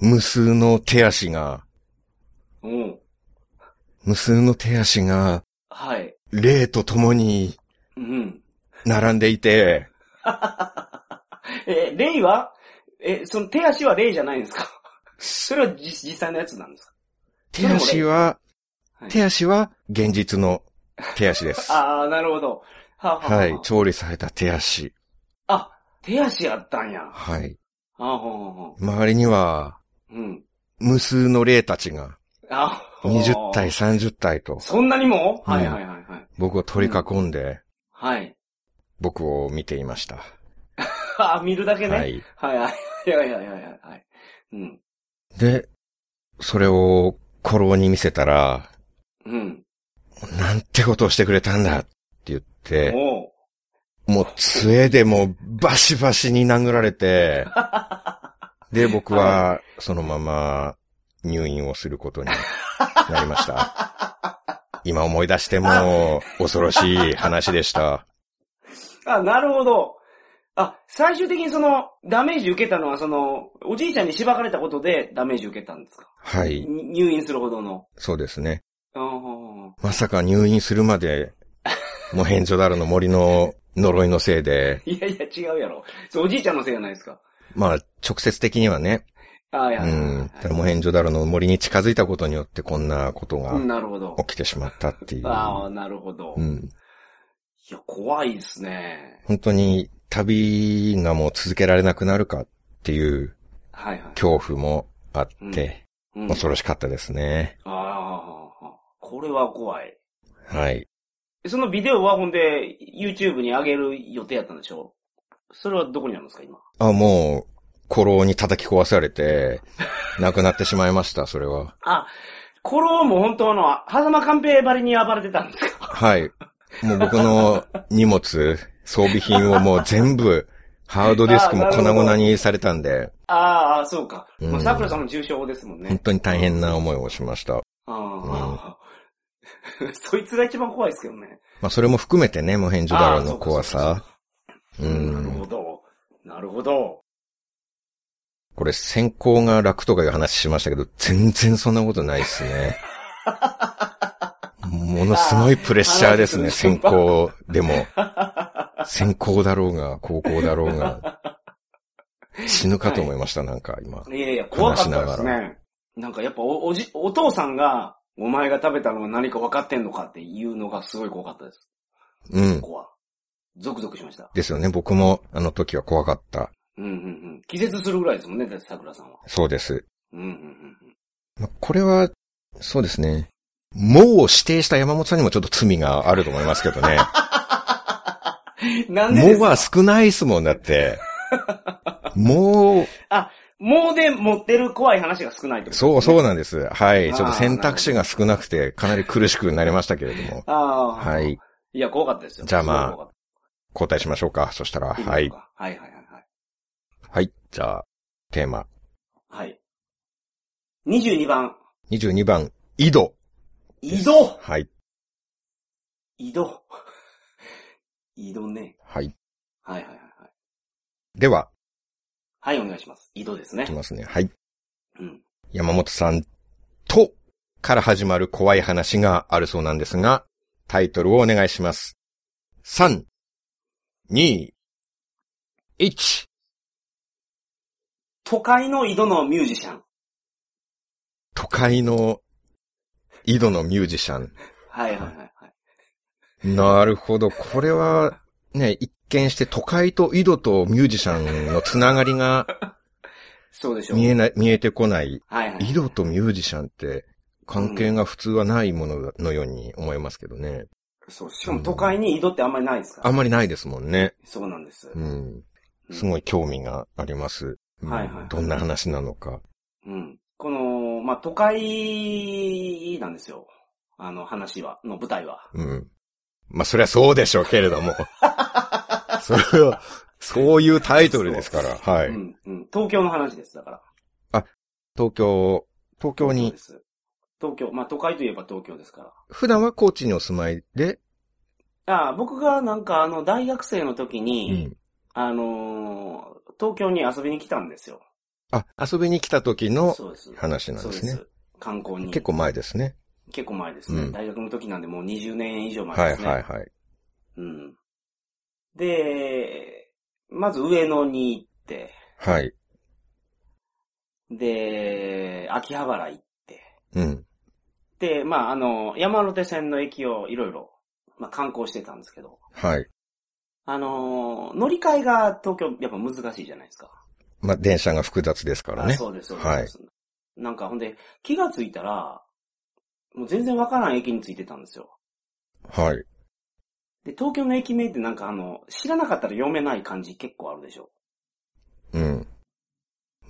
Speaker 3: 無数の手足が、
Speaker 2: おうん。
Speaker 3: 無数の手足が、
Speaker 2: はい。
Speaker 3: 霊と共に
Speaker 2: うん。
Speaker 3: 並んでいて、
Speaker 2: え、レイはえ、その手足はレイじゃないんですかそれはじ実際のやつなんですか
Speaker 3: 手足は
Speaker 2: はい、
Speaker 3: 手足は現実の手足です。は
Speaker 2: ああ、なるほど。はあはあはあ
Speaker 3: い。調理された手足。
Speaker 2: あ、手足やったんや。あ
Speaker 3: はい。
Speaker 2: あ、ほうほうほ
Speaker 3: 周りには、
Speaker 2: う。うん。
Speaker 3: 無数の霊たちが、
Speaker 2: あほう
Speaker 3: 20体、30体と、
Speaker 2: そんなにも、
Speaker 3: うん
Speaker 2: はいはいはいはい。
Speaker 3: 僕を取り囲んで、
Speaker 2: はい。
Speaker 3: 僕を見ていました。
Speaker 2: あ見るだけね。
Speaker 3: は
Speaker 2: はい。
Speaker 3: い。
Speaker 2: はいはいはいはいはいはいはい。うん。
Speaker 3: で、それを、コロに見せたら、
Speaker 2: うん。
Speaker 3: なんてことをしてくれたんだって言って、
Speaker 2: おう。
Speaker 3: もう杖でもうバシバシに殴ら れて、で、僕はそのまま入院をすることになりました。 今思い出しても恐ろしい話でした。
Speaker 2: あ、なるほど。あ、最終的にその、ダメージ受けたのは、その、おじいちゃんにしばかれたことでダメージ受けたんですか
Speaker 3: はい、
Speaker 2: に入院するほどの。
Speaker 3: そうですね。
Speaker 2: あー
Speaker 3: まさか入院するまで、もう変女だらの森の呪いのせいで、
Speaker 2: いやいや、違うやろ。そうおじいちゃんのせいじゃないですか。
Speaker 3: まあ直接的にはね、
Speaker 2: あーいや
Speaker 3: う
Speaker 2: いやいや
Speaker 3: ん、モヘンジョダロの森に近づいたことによってこんなことが
Speaker 2: うんなるほど。
Speaker 3: 起きてしまったっていう。
Speaker 2: ああ、なるほど。
Speaker 3: う
Speaker 2: い
Speaker 3: ん、
Speaker 2: や、怖いですね。
Speaker 3: 本当に旅がもう続けられなくなるかっていう
Speaker 2: はいはい。
Speaker 3: 恐怖もあって、
Speaker 2: うん、
Speaker 3: 恐ろしかったですね。
Speaker 2: ああ、これは怖い。
Speaker 3: はい。
Speaker 2: そのビデオはほんで、YouTube に上げる予定やったんでしょそれはどこにあるんですか、今。
Speaker 3: あ、もう、古老に叩き壊されて、亡くなってしまいました、それは。
Speaker 2: あ、コロも本当の、狭間寛平ばりに暴れてたんですか
Speaker 3: はい。もう僕の荷物、装備品をもう全部、ハードディスクも粉々にされたんで、
Speaker 2: ああ、そうか。
Speaker 3: うん
Speaker 2: まあ、桜さんも重傷ですもん
Speaker 3: 本
Speaker 2: ね。
Speaker 3: 当に大変な思いをしました。
Speaker 2: ああ、 そいつが一番怖いですけどね。
Speaker 3: まあそれも含めてね、もう変ジョダロの
Speaker 2: あ
Speaker 3: 怖
Speaker 2: ーそう
Speaker 3: さ。う
Speaker 2: なる
Speaker 3: ん
Speaker 2: ほ。ど。なるほど。
Speaker 3: これ先行が楽とかいう話しましたけど、全然そんなことないですね。ものすごいプレッシャーで す
Speaker 2: あ
Speaker 3: ね、
Speaker 2: ー
Speaker 3: 先行でも。先行だろうが、高校だろ うが。死ぬかと思いました、なんか今。
Speaker 2: いやいや、怖かったで
Speaker 3: 話し
Speaker 2: す
Speaker 3: な
Speaker 2: ね。なんかやっぱお、おじ、お父さんが、お前が食べたのは何か分かってんのかっていうのがすごい怖かったです。
Speaker 3: うん。
Speaker 2: 怖。ゾクゾクしました。
Speaker 3: ですよね、僕もあの時は怖かった。
Speaker 2: うんうんうん。気絶するぐらいですもんね、だって桜さんは。
Speaker 3: そうです。
Speaker 2: うんうんうんうん。
Speaker 3: まあこれは、そうですね。もう指定した山本さんにもちょっと罪があると思いますけど ね。
Speaker 2: なんでで
Speaker 3: もう
Speaker 2: すか
Speaker 3: は少ないですもん だって。も
Speaker 2: もうで持ってる怖い話が少ないってこ
Speaker 3: う、
Speaker 2: と
Speaker 3: そうそう
Speaker 2: う。
Speaker 3: なんです。はい。
Speaker 2: あー
Speaker 3: ちょっと選択肢が少なくて、かなり苦しくなりましたけれども。
Speaker 2: ああ。。
Speaker 3: はいい。
Speaker 2: いや、怖かったですよ。
Speaker 3: じゃあまあ
Speaker 2: すごい
Speaker 3: 交代しましょうか。そしたら、
Speaker 2: 怖かった。
Speaker 3: は
Speaker 2: き。
Speaker 3: い
Speaker 2: ましょうかはいはいはいはい。
Speaker 3: はい。じゃあ、テーマ。
Speaker 2: はい。22番、
Speaker 3: 22番、井戸。
Speaker 2: 井戸
Speaker 3: はい。
Speaker 2: 井戸。井戸ね。
Speaker 3: はい。
Speaker 2: はいはいはいはい。
Speaker 3: では、
Speaker 2: はい、お願いします。井戸です
Speaker 3: いき
Speaker 2: ね。
Speaker 3: ますね。はい。
Speaker 2: うん。
Speaker 3: 山本さんと、から始まる怖い話があるそうなんですが、タイトルをお願いします。3、2、1。
Speaker 2: 都会の井戸のミュージシャン。
Speaker 3: 都会の井戸のミュージシャン。
Speaker 2: はいはいはいはい。
Speaker 3: なるほど。これは、ね、一見して都会と井戸とミュージシャンのつながりが
Speaker 2: そうでしょう。
Speaker 3: 見えない、見えてこない。
Speaker 2: はいはい。
Speaker 3: 井戸とミュージシャンって関係が普通はないもののように思いますけどね。
Speaker 2: そう。しかも都会に井戸ってあんまりないですか
Speaker 3: あ
Speaker 2: ら。
Speaker 3: んまりないですもんね。
Speaker 2: そうなんです。
Speaker 3: うん。すごい興味があります。うん
Speaker 2: はいはい
Speaker 3: どんな話なのか。
Speaker 2: うん。この、まあ、都会なんですよ。あの話は、の舞台は。
Speaker 3: うん。まあ、そりゃそうでしょうけれど も。それは、そういうタイトルですから。は
Speaker 2: う
Speaker 3: い。
Speaker 2: ん、うん。東京の話です、だから。
Speaker 3: 東京、東京
Speaker 2: そう
Speaker 3: に
Speaker 2: で、す。東京、まあ、都会といえば東京ですか
Speaker 3: 普段は高知にお住まいで、
Speaker 2: ら。ああ、僕がなんかあの、大学生の時
Speaker 3: う
Speaker 2: に、
Speaker 3: ん。
Speaker 2: あのー東京に遊びに来たんですよ。
Speaker 3: あ、遊びに来た時の
Speaker 2: そうです。
Speaker 3: 話なんですね
Speaker 2: そう。です。観光に。
Speaker 3: 結構前ですね。
Speaker 2: 結構前ですね、
Speaker 3: うん
Speaker 2: 大学の時なんでもう20年以上前
Speaker 3: は
Speaker 2: で
Speaker 3: い
Speaker 2: すね。
Speaker 3: はいはい。
Speaker 2: うん。で、まず上野に行って、
Speaker 3: はい。
Speaker 2: で、秋葉原行って、
Speaker 3: うん。
Speaker 2: で、まあ、あの、山手線の駅をいろいろ、まあ、観光してたんですけど、
Speaker 3: はい。
Speaker 2: あのー、乗り換えが東京やっぱ難しいじゃないですか。
Speaker 3: まあ、電車が複雑ですから
Speaker 2: あ
Speaker 3: ね。
Speaker 2: そうです、そうです。そうですなんかほんで、気がついたら、もう全然わからん駅についてたんですよ。
Speaker 3: はい。
Speaker 2: で、東京の駅名ってなんかあの、知らなかったら読めない感じ結構あるでしょ。
Speaker 3: うん。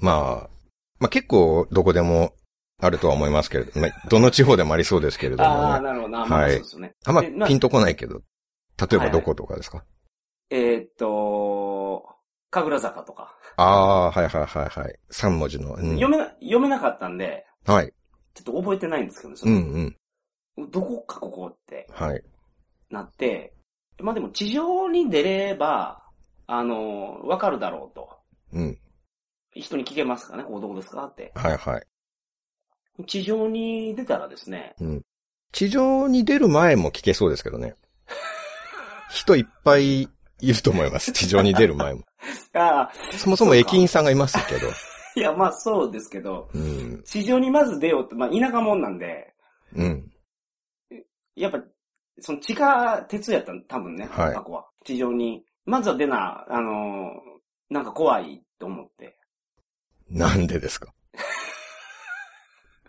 Speaker 3: まあ、まあ結構どこでもあるとは思いますけれど、まあ、どの地方でもありそうですけれどもね、
Speaker 2: ああ、
Speaker 3: あ
Speaker 2: なるほどな。まあ、
Speaker 3: はい
Speaker 2: そうですよね。
Speaker 3: んま
Speaker 2: でな
Speaker 3: ピンとこないけど、例えばどことかですか、
Speaker 2: えーっと、神楽坂とか。
Speaker 3: ああー、はいはいはいはい。三文字の。うん
Speaker 2: 読めな、読めなかったんで、
Speaker 3: はい。
Speaker 2: ちょっと覚えてないんですけどね、そ
Speaker 3: うん
Speaker 2: れ
Speaker 3: うん。
Speaker 2: どこかここって
Speaker 3: はい。
Speaker 2: なって、まあでも地上に出れば、あの、わかるだろうと。
Speaker 3: うん。
Speaker 2: 人に聞けますかね、ここどこですかって。
Speaker 3: はいはい。
Speaker 2: 地上に出たらですね、
Speaker 3: 地上に出る前も聞けそうですけ どね。人いっぱいいると思います。地上に出る前も。
Speaker 2: ああ、
Speaker 3: そもそも駅員さんがいますけど。
Speaker 2: いやまあそうですけど、
Speaker 3: うん。
Speaker 2: 地上にまず出ようって、まあ田舎者なんで、
Speaker 3: うん。
Speaker 2: やっぱ、その地下鉄やったん多分ね、
Speaker 3: はい
Speaker 2: あこは。地上に。まずは出な、あのーなんか怖いと思って。
Speaker 3: なんでですか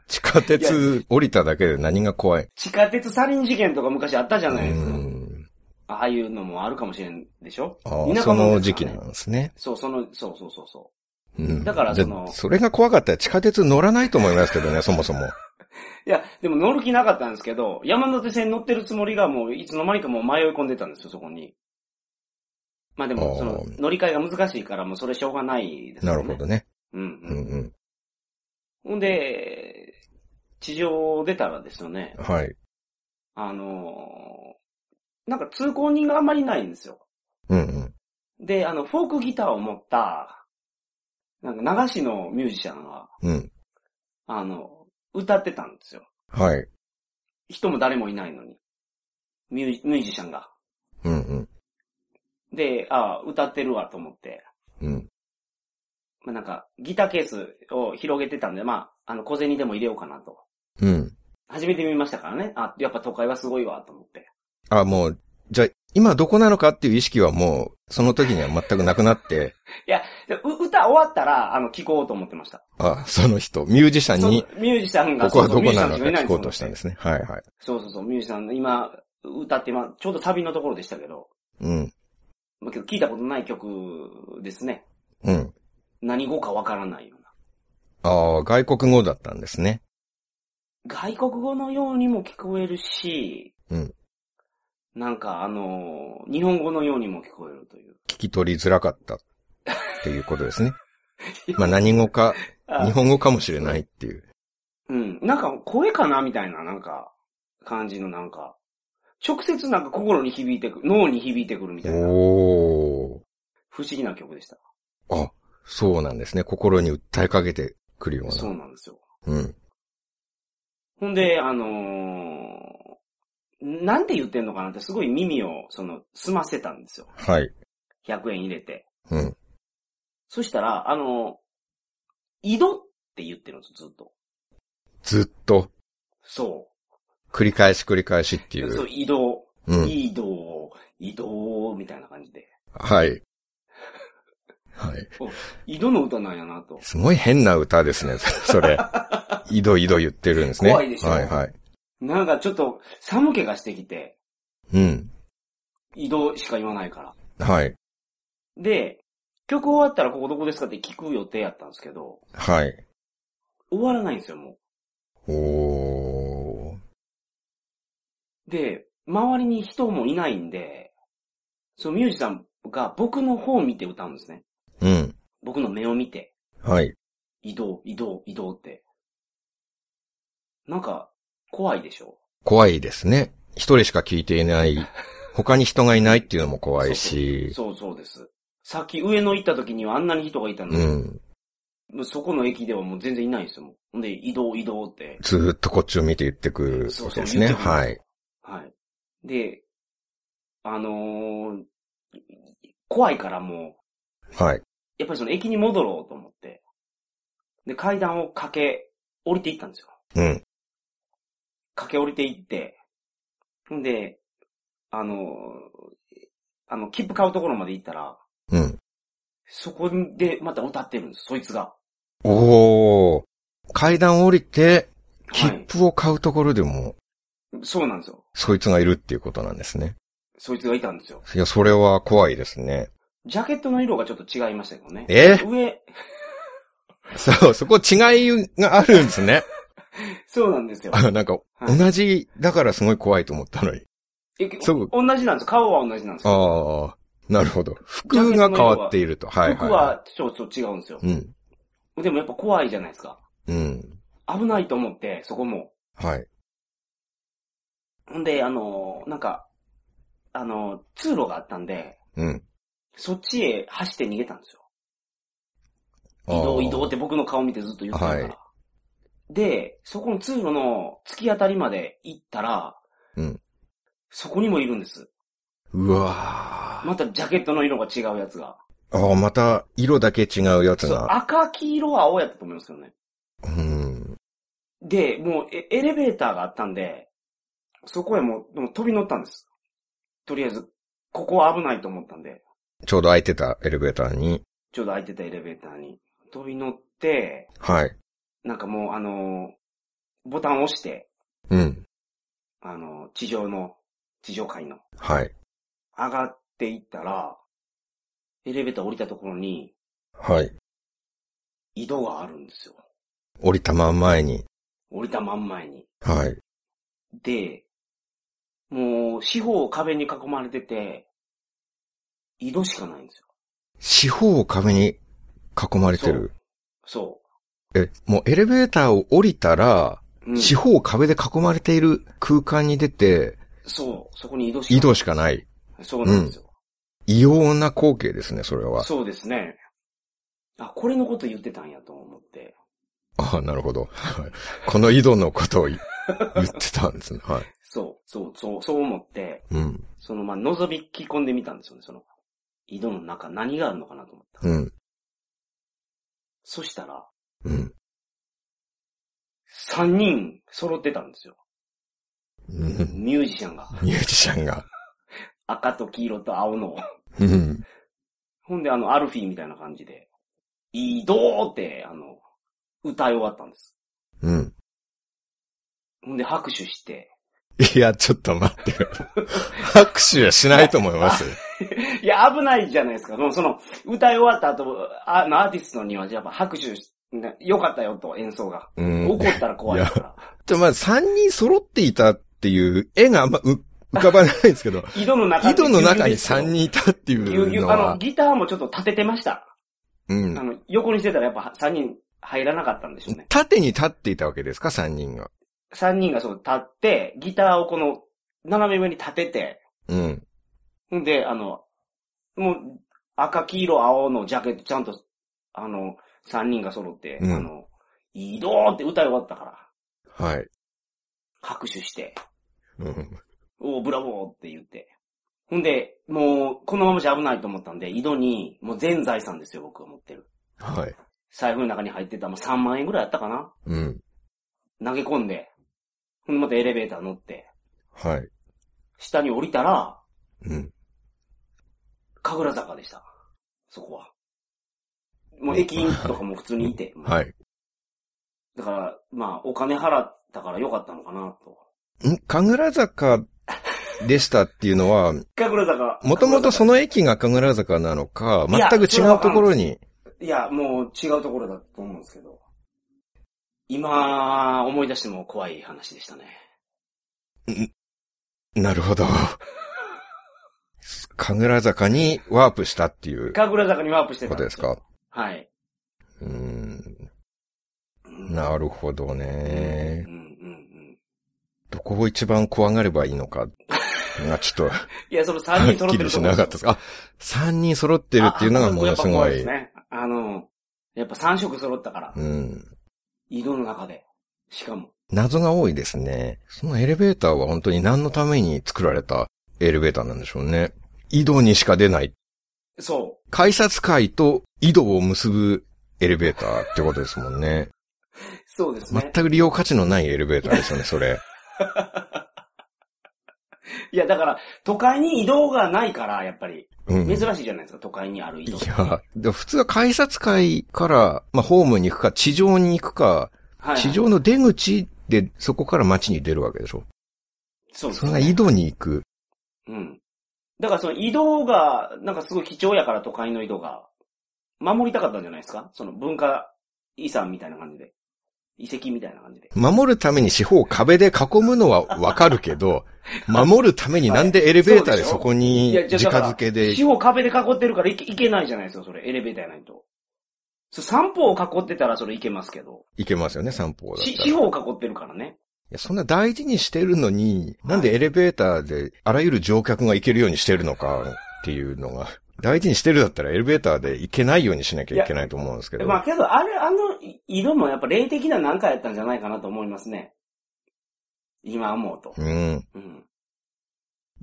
Speaker 3: 地下鉄降りただけで何が怖い
Speaker 2: 地下鉄サリン事件とか昔あったじゃ
Speaker 3: う
Speaker 2: ないですか。
Speaker 3: ん。
Speaker 2: ああいうのもあるかもしれんでしょ
Speaker 3: あ
Speaker 2: 田
Speaker 3: あ、
Speaker 2: 舎
Speaker 3: そ
Speaker 2: も
Speaker 3: の
Speaker 2: ですか
Speaker 3: 時期
Speaker 2: らね
Speaker 3: なんですね。
Speaker 2: そう、その、そうそうそうそ
Speaker 3: うん。
Speaker 2: だから
Speaker 3: じゃ
Speaker 2: その
Speaker 3: それが怖かったら地下鉄乗らないと思いますけど ね、そもそも。
Speaker 2: う。いや、でも乗る気なかったんですけど、山手線乗ってるつもりがもういつの間にかもう迷い込んでたんですよ、そこに。まあで
Speaker 3: あ
Speaker 2: も、
Speaker 3: ー
Speaker 2: その、乗り換えが難しいからもうそれしょうがないですよ
Speaker 3: な
Speaker 2: ね。
Speaker 3: るほ。どね。
Speaker 2: うん、う
Speaker 3: う
Speaker 2: ん
Speaker 3: ん。うん。
Speaker 2: ほんで、地上出たらですよね、
Speaker 3: はい。
Speaker 2: あのーなんか通行人があんまりいないんですよ。
Speaker 3: うんうん。
Speaker 2: で、あの、フォークギターを持った、なんか流しのミュージシャンが、
Speaker 3: うん。
Speaker 2: あの、歌ってたんですよ。
Speaker 3: はい。
Speaker 2: 人も誰もいないのに。ミュージミュージシャンが。
Speaker 3: うんうん。
Speaker 2: で、ああ、歌ってるわと思って。
Speaker 3: うん。
Speaker 2: まあ、なんか、ギターケースを広げてたんで、まあ、あの、小銭でも入れようかなと。
Speaker 3: うん。
Speaker 2: 初めて見ましたからね。あ、やっぱ都会はすごいわと思って。
Speaker 3: あ、もう、じゃあ今どこなのかっていう意識はもう、その時には全くなくなって、
Speaker 2: でう歌終わったら、あの、聞こうと思ってました。
Speaker 3: あ、その人、ミュージシャンに、
Speaker 2: そうミュージシャンが、
Speaker 3: ここはどこな
Speaker 2: そう
Speaker 3: の
Speaker 2: そう
Speaker 3: か
Speaker 2: ミュージシャンしい
Speaker 3: 聞
Speaker 2: ん
Speaker 3: こうとしたんですね。はいはい。
Speaker 2: そうそうそう、ミュージシャン、今、歌って今、ちょうどサビのところでしたけど、
Speaker 3: うん。
Speaker 2: まあけど聞いたことない曲ですね。
Speaker 3: うん。
Speaker 2: 何語かわからないような。
Speaker 3: ああ、外国語だったんですね。
Speaker 2: 外国語のようにも聞こえるし、
Speaker 3: うん
Speaker 2: なんかあのー日本語のようにも聞こえるという。
Speaker 3: 聞き取りづらかったっていうことで すね。まあ何語か、日本語かもしれないっていう。
Speaker 2: うん。なんか声かなみたいな、なんか、感じのなんか、直接なんか心に響いてくる、脳に響いてくるみたいな、
Speaker 3: おー。
Speaker 2: 不思議な曲でした。
Speaker 3: あ、そうなんですね。心に訴えかけてくるような。
Speaker 2: そうなんですよ。
Speaker 3: うん。
Speaker 2: ほんで、あのーなんて言ってんのかなってすごい耳を、その、澄ませたんですよ。
Speaker 3: はい。
Speaker 2: 100円入れて。
Speaker 3: うん。
Speaker 2: そしたら、あのー井戸って言ってるんですずっと。
Speaker 3: ずっと、
Speaker 2: そ。
Speaker 3: 繰り返し繰り返しっていうう。
Speaker 2: そう、移動、
Speaker 3: うん。
Speaker 2: 移動、移動、みたいな感じで。
Speaker 3: はい。はい。
Speaker 2: 移動の歌なんやなと。
Speaker 3: すごい変な歌ですね、 それ。井戸井戸言ってるんですね。
Speaker 2: 怖いでしょ
Speaker 3: はいはい。
Speaker 2: なんかちょっと寒気がしてきて、
Speaker 3: うん。
Speaker 2: 移動しか言わないから。
Speaker 3: はい。
Speaker 2: で、曲終わったらここどこですかって聞く予定やったんですけど、
Speaker 3: はい。
Speaker 2: 終わらないんですよ、も
Speaker 3: おー。
Speaker 2: う。で、周りに人もいないんで、そのミュージシャンが僕の方を見て歌うんですね。
Speaker 3: うん。
Speaker 2: 僕の目を見て、
Speaker 3: はい。
Speaker 2: 移動、移動、移動って。なんか、怖いでしょ
Speaker 3: 怖いですね。一人しか聞いていない。他に人がいないっていうのも怖いし。
Speaker 2: そうそうです。さっき上野行った時にはあんなに人がいたの
Speaker 3: う
Speaker 2: に、
Speaker 3: ん。
Speaker 2: もうそこの駅ではもう全然いないんですよ。もうほんで、移動移動って。
Speaker 3: ずーっとこっちを見て言ってくるわけですね。
Speaker 2: そうそう
Speaker 3: はい。
Speaker 2: はい。で、あのー怖いからも
Speaker 3: はい。
Speaker 2: う、やっぱりその駅に戻ろうと思って、で、階段を駆け降りていったんですよ。
Speaker 3: うん。
Speaker 2: 駆け降りていって、ほんで、あのーあの、切符買うところまで行ったら、
Speaker 3: うん。
Speaker 2: そこでまた歌ってるんです、そいつが。
Speaker 3: おー。階段降りて、
Speaker 2: は
Speaker 3: 切
Speaker 2: い。
Speaker 3: 符を買うところでも、
Speaker 2: そうなんですよ。
Speaker 3: そいつがいるっていうことなんですね。
Speaker 2: そいつがいたんですよ。
Speaker 3: いや、それは怖いですね。
Speaker 2: ジャケットの色がちょっと違いましたけどね。
Speaker 3: え
Speaker 2: 上、
Speaker 3: そう、そこ違いがあるんですね。
Speaker 2: そうなんですよ。
Speaker 3: あなんか、
Speaker 2: はい
Speaker 3: 同じ、だからすごい怖いと思ったのに。
Speaker 2: え
Speaker 3: そう
Speaker 2: 同じなんです。顔は同じなんですよ。
Speaker 3: ああ、なるほど。服が変わっていると。はいはい
Speaker 2: 服
Speaker 3: は
Speaker 2: はちょっと違うんですよ
Speaker 3: い。。うん。
Speaker 2: でもやっぱ怖いじゃないですか。
Speaker 3: うん。
Speaker 2: 危ないと思って、そこも。
Speaker 3: はい。
Speaker 2: ほんで、あのー、なんか、あのー、通路があったんで、
Speaker 3: うん。
Speaker 2: そっちへ走って逃げたんですよ。
Speaker 3: 移
Speaker 2: 移動移動って僕の顔見てずっと言ってたから。
Speaker 3: はい
Speaker 2: で、そこの通路の突き当たりまで行ったら、
Speaker 3: うん
Speaker 2: そこにもいるんです。
Speaker 3: うわー
Speaker 2: またジャケットの色が違うやつが。
Speaker 3: ああ、また、色だけ違うやつ
Speaker 2: そう
Speaker 3: が。
Speaker 2: 赤、黄色、青やったと思いますけどね。
Speaker 3: うん。
Speaker 2: で、もうエエレベーターがあったんで、そこへもうでも飛び乗ったんです。とりあえず、ここは危ないと思ったんで、
Speaker 3: ちょうど空いてたエレベーターに。
Speaker 2: ちょうど空いてたエレベーターに飛び乗って、
Speaker 3: はい。
Speaker 2: なんかもうあのーボタンを押して、
Speaker 3: うん。
Speaker 2: あのー地上の、地上階の、
Speaker 3: はい。
Speaker 2: 上がっていったら、エレベーター降りたところに
Speaker 3: はい。
Speaker 2: 井戸があるんですよ。
Speaker 3: 降りたまん前に。
Speaker 2: 降りたまん前に。
Speaker 3: はい。
Speaker 2: で、もう四方壁に囲まれてて、井戸しかないんですよ。
Speaker 3: 四方を壁に囲まれてる。
Speaker 2: そ
Speaker 3: え、もうエレベーターを降りたら、
Speaker 2: う。うん、
Speaker 3: 四方を壁で囲まれている空間に出て、
Speaker 2: そう、そこに移動し
Speaker 3: 移動しかない。
Speaker 2: そうなんですよ。
Speaker 3: 異様な光景ですね、それは。
Speaker 2: そうですね。あ、これのこと言ってたんやと思って。
Speaker 3: ああ、なるほど。はいこの井戸のことをい言ってたんですね。はい。
Speaker 2: そう、そう、そう、そう思って、
Speaker 3: うん。
Speaker 2: そのまあ、覗びき込んでみたんですよね、その。井戸の中何があるのかなと思った。
Speaker 3: うん。
Speaker 2: そしたら、
Speaker 3: うん。
Speaker 2: 3人揃ってたんですよ。
Speaker 3: うん
Speaker 2: ミュージシャンが。
Speaker 3: ミュージシャンが。
Speaker 2: 赤と黄色と青の。
Speaker 3: うん。
Speaker 2: ほんで、あの、アルフィーみたいな感じで、移動って、あの、歌い終わったんです。
Speaker 3: うん。
Speaker 2: ほんで、拍手して、
Speaker 3: いや、ちょっと待ってよ。拍手はしないと思います。
Speaker 2: いや、危ないじゃないですか。その、その歌い終わった後、あの、アーティストには、やっぱ拍手し、ねよかったよと、演奏が。
Speaker 3: うん。
Speaker 2: 怒ったら怖いから。
Speaker 3: ちょまあ、三人揃っていたっていう絵があんまう浮かばないんですけど、
Speaker 2: 井戸の中
Speaker 3: 井戸の中に3
Speaker 2: 人。
Speaker 3: 人いたってい
Speaker 2: ぎゅうぎゅ
Speaker 3: う
Speaker 2: う
Speaker 3: の
Speaker 2: あの、
Speaker 3: は、
Speaker 2: ギターもちょっと立ててました。
Speaker 3: う
Speaker 2: あ
Speaker 3: ん。
Speaker 2: の、横にしてたらやっぱ3人入らなかったんでしょうね。
Speaker 3: 縦に立っていたわけですか、3人が。
Speaker 2: 3人がそう立って、ギターをこの、斜め上に立てて、
Speaker 3: うん。
Speaker 2: んで、あの、もう、赤、黄色、青のジャケットちゃんと、あの、3人が揃って、
Speaker 3: うん
Speaker 2: あの、移動って歌い終わったから、
Speaker 3: はい。
Speaker 2: 拍手して、
Speaker 3: うん。
Speaker 2: おーブラボーって言って。ほんで、もう、このままじゃ危ないと思ったんで、井戸に、もう全財産ですよ、僕が持ってる。
Speaker 3: はい。
Speaker 2: 財布の中に入ってた、もう3万円ぐらいあったかな
Speaker 3: うん。
Speaker 2: 投げ込んで、ほんでまたエレベーター乗って、
Speaker 3: はい。
Speaker 2: 下に降りたら、
Speaker 3: うん。
Speaker 2: 神楽坂でした。そこは。もう駅員とかも普通にい て。
Speaker 3: はい。
Speaker 2: だから、まあ、お金払ったから良かったのかなと。
Speaker 3: ん神楽坂でしたっていうのは、
Speaker 2: 神楽坂。
Speaker 3: もともとその駅が神楽坂なのか、
Speaker 2: いや
Speaker 3: 全く違うところに、
Speaker 2: いや、もう違うところだと思うんですけど。今、思い出しても怖い話でしたね。
Speaker 3: なるほど。神楽坂にワープしたっていう
Speaker 2: 神楽坂にワープしてた。
Speaker 3: ことですか。
Speaker 2: はい。
Speaker 3: うーん。
Speaker 2: うん
Speaker 3: なるほどね
Speaker 2: うん。うんうん。
Speaker 3: どこを一番怖がればいいのか。がち ょっと、
Speaker 2: いや、その
Speaker 3: は
Speaker 2: 3人
Speaker 3: っ
Speaker 2: 揃っ
Speaker 3: き
Speaker 2: てる
Speaker 3: り
Speaker 2: と
Speaker 3: し
Speaker 2: ころ
Speaker 3: なかったです。あ、三人揃ってるっていうのがものす
Speaker 2: あ
Speaker 3: ご
Speaker 2: あやっぱ怖
Speaker 3: い。
Speaker 2: ですね。あの、やっぱ3色揃ったから
Speaker 3: う。ん。
Speaker 2: 井戸の中で。しかも。
Speaker 3: 謎が多いですね。そのエレベーターは本当に何のために作られたエレベーターなんでしょうね。井戸にしか出ない。
Speaker 2: そう。
Speaker 3: 改札階と井戸を結ぶエレベーターってことですもんね。
Speaker 2: そうですね
Speaker 3: 全。く利用価値のないエレベーターですよね、それ。
Speaker 2: いや、だから、都会に移動がないから、やっぱり、
Speaker 3: うん。
Speaker 2: 珍
Speaker 3: い
Speaker 2: しいじゃないですか、都会にある移動。
Speaker 3: や、でも普通は改札階から、まあ、ホームに行くか、地上に行くか、
Speaker 2: はい
Speaker 3: 地上の出口でそこから街に出るわけでしょ。
Speaker 2: そうです
Speaker 3: そ
Speaker 2: ね
Speaker 3: れが井戸に行く。
Speaker 2: うん。だからその移動が、なんかすごい貴重やから都会の移動が、守りたかったんじゃないですかその文化遺産みたいな感じで。遺跡みたいな感じで。
Speaker 3: 守るために四方を壁で囲むのはわかる けど、守るためになんでエレベーターでそこに
Speaker 2: いや
Speaker 3: 直
Speaker 2: じゃあだから
Speaker 3: 付けで
Speaker 2: 四、方壁で囲ってるからいけいけないじゃないですか、それ。エレベーターやないと。そう三方を囲ってたらそれいけますけど、
Speaker 3: 行けますよね、三方だっ
Speaker 2: し
Speaker 3: たら。
Speaker 2: 四
Speaker 3: い
Speaker 2: 方を囲ってるからね。
Speaker 3: や、そんな大事にしてるのに、なんでエレベーターであらゆる乗客が行けるようにしてるのかっていうのが、大事にしてるだったらエレベーターで行けないようにしなきゃいけないと思うんですけど。
Speaker 2: まあけど、あれ、あのい色もやっぱ霊的ななんかやったんじゃないかなと思いますね。今思うと。
Speaker 3: うん。
Speaker 2: うん。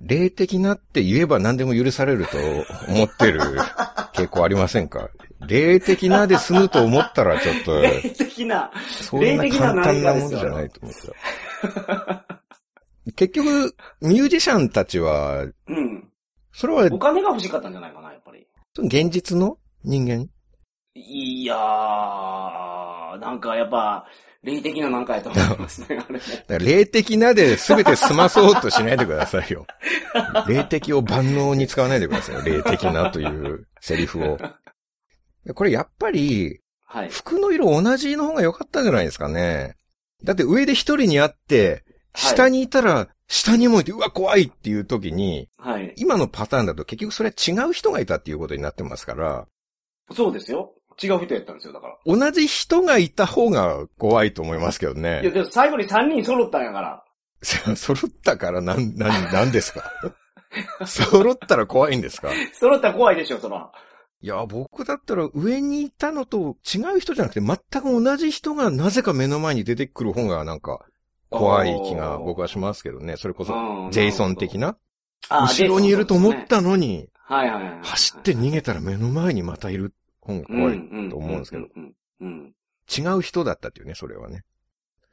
Speaker 3: 霊的なって言えば何でも許されると思ってる傾向ありませんか霊的なで済むと思ったらちょっ と、
Speaker 2: 霊的な、
Speaker 3: そんな簡単なものじゃないと思ってた。結局、ミュージシャンたちは、
Speaker 2: うん。
Speaker 3: それは
Speaker 2: お金が欲しかったんじゃないかな、やっぱり。
Speaker 3: 現実の人間
Speaker 2: いやー、なんかやっぱ、霊的ななんかやと思います ね、あれね。
Speaker 3: だから霊的なで全て済まそうとしないでくださいよ。霊的を万能に使わないでくださいよ。霊的なというセリフを。これやっぱり、
Speaker 2: はい。
Speaker 3: 服の色同じの方が良かったんじゃないですかね。だって上で一人に会って、
Speaker 2: はい
Speaker 3: 下にいたら、下にもいて、うわ、怖いっていう時に、
Speaker 2: はい。
Speaker 3: 今のパターンだと結局それは違う人がいたっていうことになってますから、
Speaker 2: そうですよ。違う人やったんですよ、だか
Speaker 3: 同じ人がいた方が怖いと思いますけど
Speaker 2: ら。いや、
Speaker 3: ね。
Speaker 2: でも最後に3人揃ったんやから。
Speaker 3: 揃ったからなん、なん、なんですか 揃ったら怖いんですか
Speaker 2: 揃ったら怖いでしょ、そら。
Speaker 3: いや、僕だったら上にいたのと違う人じゃなくて全く同じ人がなぜか目の前に出てくる方がなんか怖い気が僕はしますけどね。それこそ、
Speaker 2: うん
Speaker 3: ジェイソン的な。
Speaker 2: あー
Speaker 3: 後ろにいると思っ。
Speaker 2: ジェイソンそうですね
Speaker 3: たのに、
Speaker 2: はいはいはい。
Speaker 3: 走って逃げたら目の前にまたいる方が怖い。と思うんですけど
Speaker 2: うん。うんうんうん
Speaker 3: 違う人だったっていうね、それはね。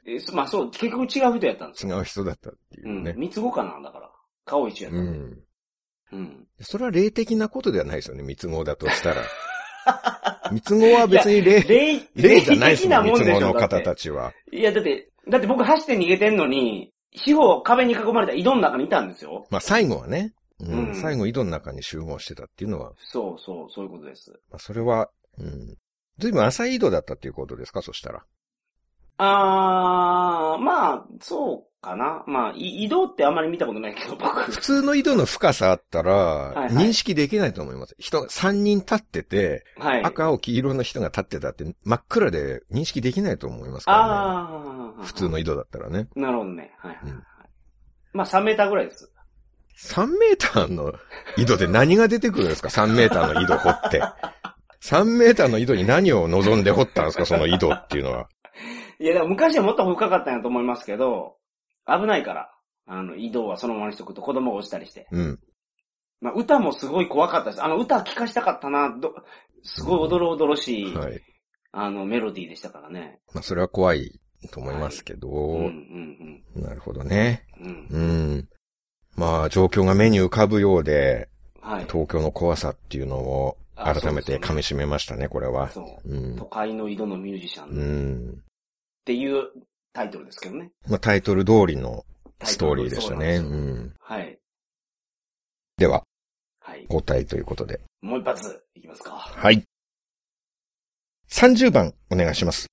Speaker 2: え、そまあそう、結局違う人やったんです
Speaker 3: 違
Speaker 2: よ。
Speaker 3: う人だったっていううね
Speaker 2: ん。。三つ子かな、だから。顔一緒やった。
Speaker 3: うん。
Speaker 2: うん。
Speaker 3: それは霊的なことではないですよね、三つ子だとしたら。 三つ子は別に霊、
Speaker 2: 霊、
Speaker 3: 霊じゃないで
Speaker 2: 霊的
Speaker 3: すもん、三つ
Speaker 2: なもんで
Speaker 3: 子
Speaker 2: しょ
Speaker 3: の方
Speaker 2: だった
Speaker 3: ちは。
Speaker 2: ていや、だって、だって僕走って逃げてんのに、四方壁に囲まれた井戸の中にいたんですよ。
Speaker 3: まあ最後はね、うん
Speaker 2: うん
Speaker 3: 最後井戸の中に集合してたっていうのは、
Speaker 2: そうそう、そういうことです。
Speaker 3: まあ、それは、うん。随分浅い井戸だったっていうことですか、そしたら。
Speaker 2: あー、まあ、そうかな。まあ、い移動ってあんまり見たことないけ ど、僕
Speaker 3: 普。通の井戸の深さあったら
Speaker 2: い、はい
Speaker 3: 認識できないと思います。人、3人立ってて、
Speaker 2: はい。
Speaker 3: 赤、青、黄色の人が立ってたって真っ暗で認識できないと思いますか
Speaker 2: あ
Speaker 3: ら
Speaker 2: ー。
Speaker 3: ね。普通の井戸だったらね。
Speaker 2: なるほどね。はいはいはい。
Speaker 3: うん
Speaker 2: まあ、3メーターぐらいです。
Speaker 3: 3メーターの井戸で何が出てくるんですか ?3 メーターの井戸掘って。3メーターの井戸に何を望んで掘ったんですかその井戸っていうのは。
Speaker 2: いや、でも昔はもっと深かったんやと思いますけど、危ないから、あの、移動はそのままにしとくと子供が落ちたりして。
Speaker 3: うん。
Speaker 2: まあ、歌もすごい怖かったです。あの、歌聞かしたかったな、ど、すごいおどろおどろしい、
Speaker 3: はい。
Speaker 2: あの、メロディーでしたからね。
Speaker 3: まあ、それは怖いと思いますけど、
Speaker 2: うん、うん、
Speaker 3: なるほどね。
Speaker 2: うん。うん。
Speaker 3: うん。まあ、状況が目に浮かぶようで、
Speaker 2: はい。
Speaker 3: 東京の怖さっていうのを
Speaker 2: あ
Speaker 3: 改めて噛み締めましたね、これは。
Speaker 2: そうう。
Speaker 3: ん
Speaker 2: 都。会の井戸のミュージシャン。
Speaker 3: うん。
Speaker 2: っていうタイトルですけどね。
Speaker 3: まあ、タイトル通りのストーリーでしたね。
Speaker 2: タイ
Speaker 3: う
Speaker 2: トルそうなんですよ
Speaker 3: ん。
Speaker 2: はい。
Speaker 3: では、
Speaker 2: はい。
Speaker 3: 交代ということで。
Speaker 2: もう一発いきますか。
Speaker 3: はい。30番、お願いします。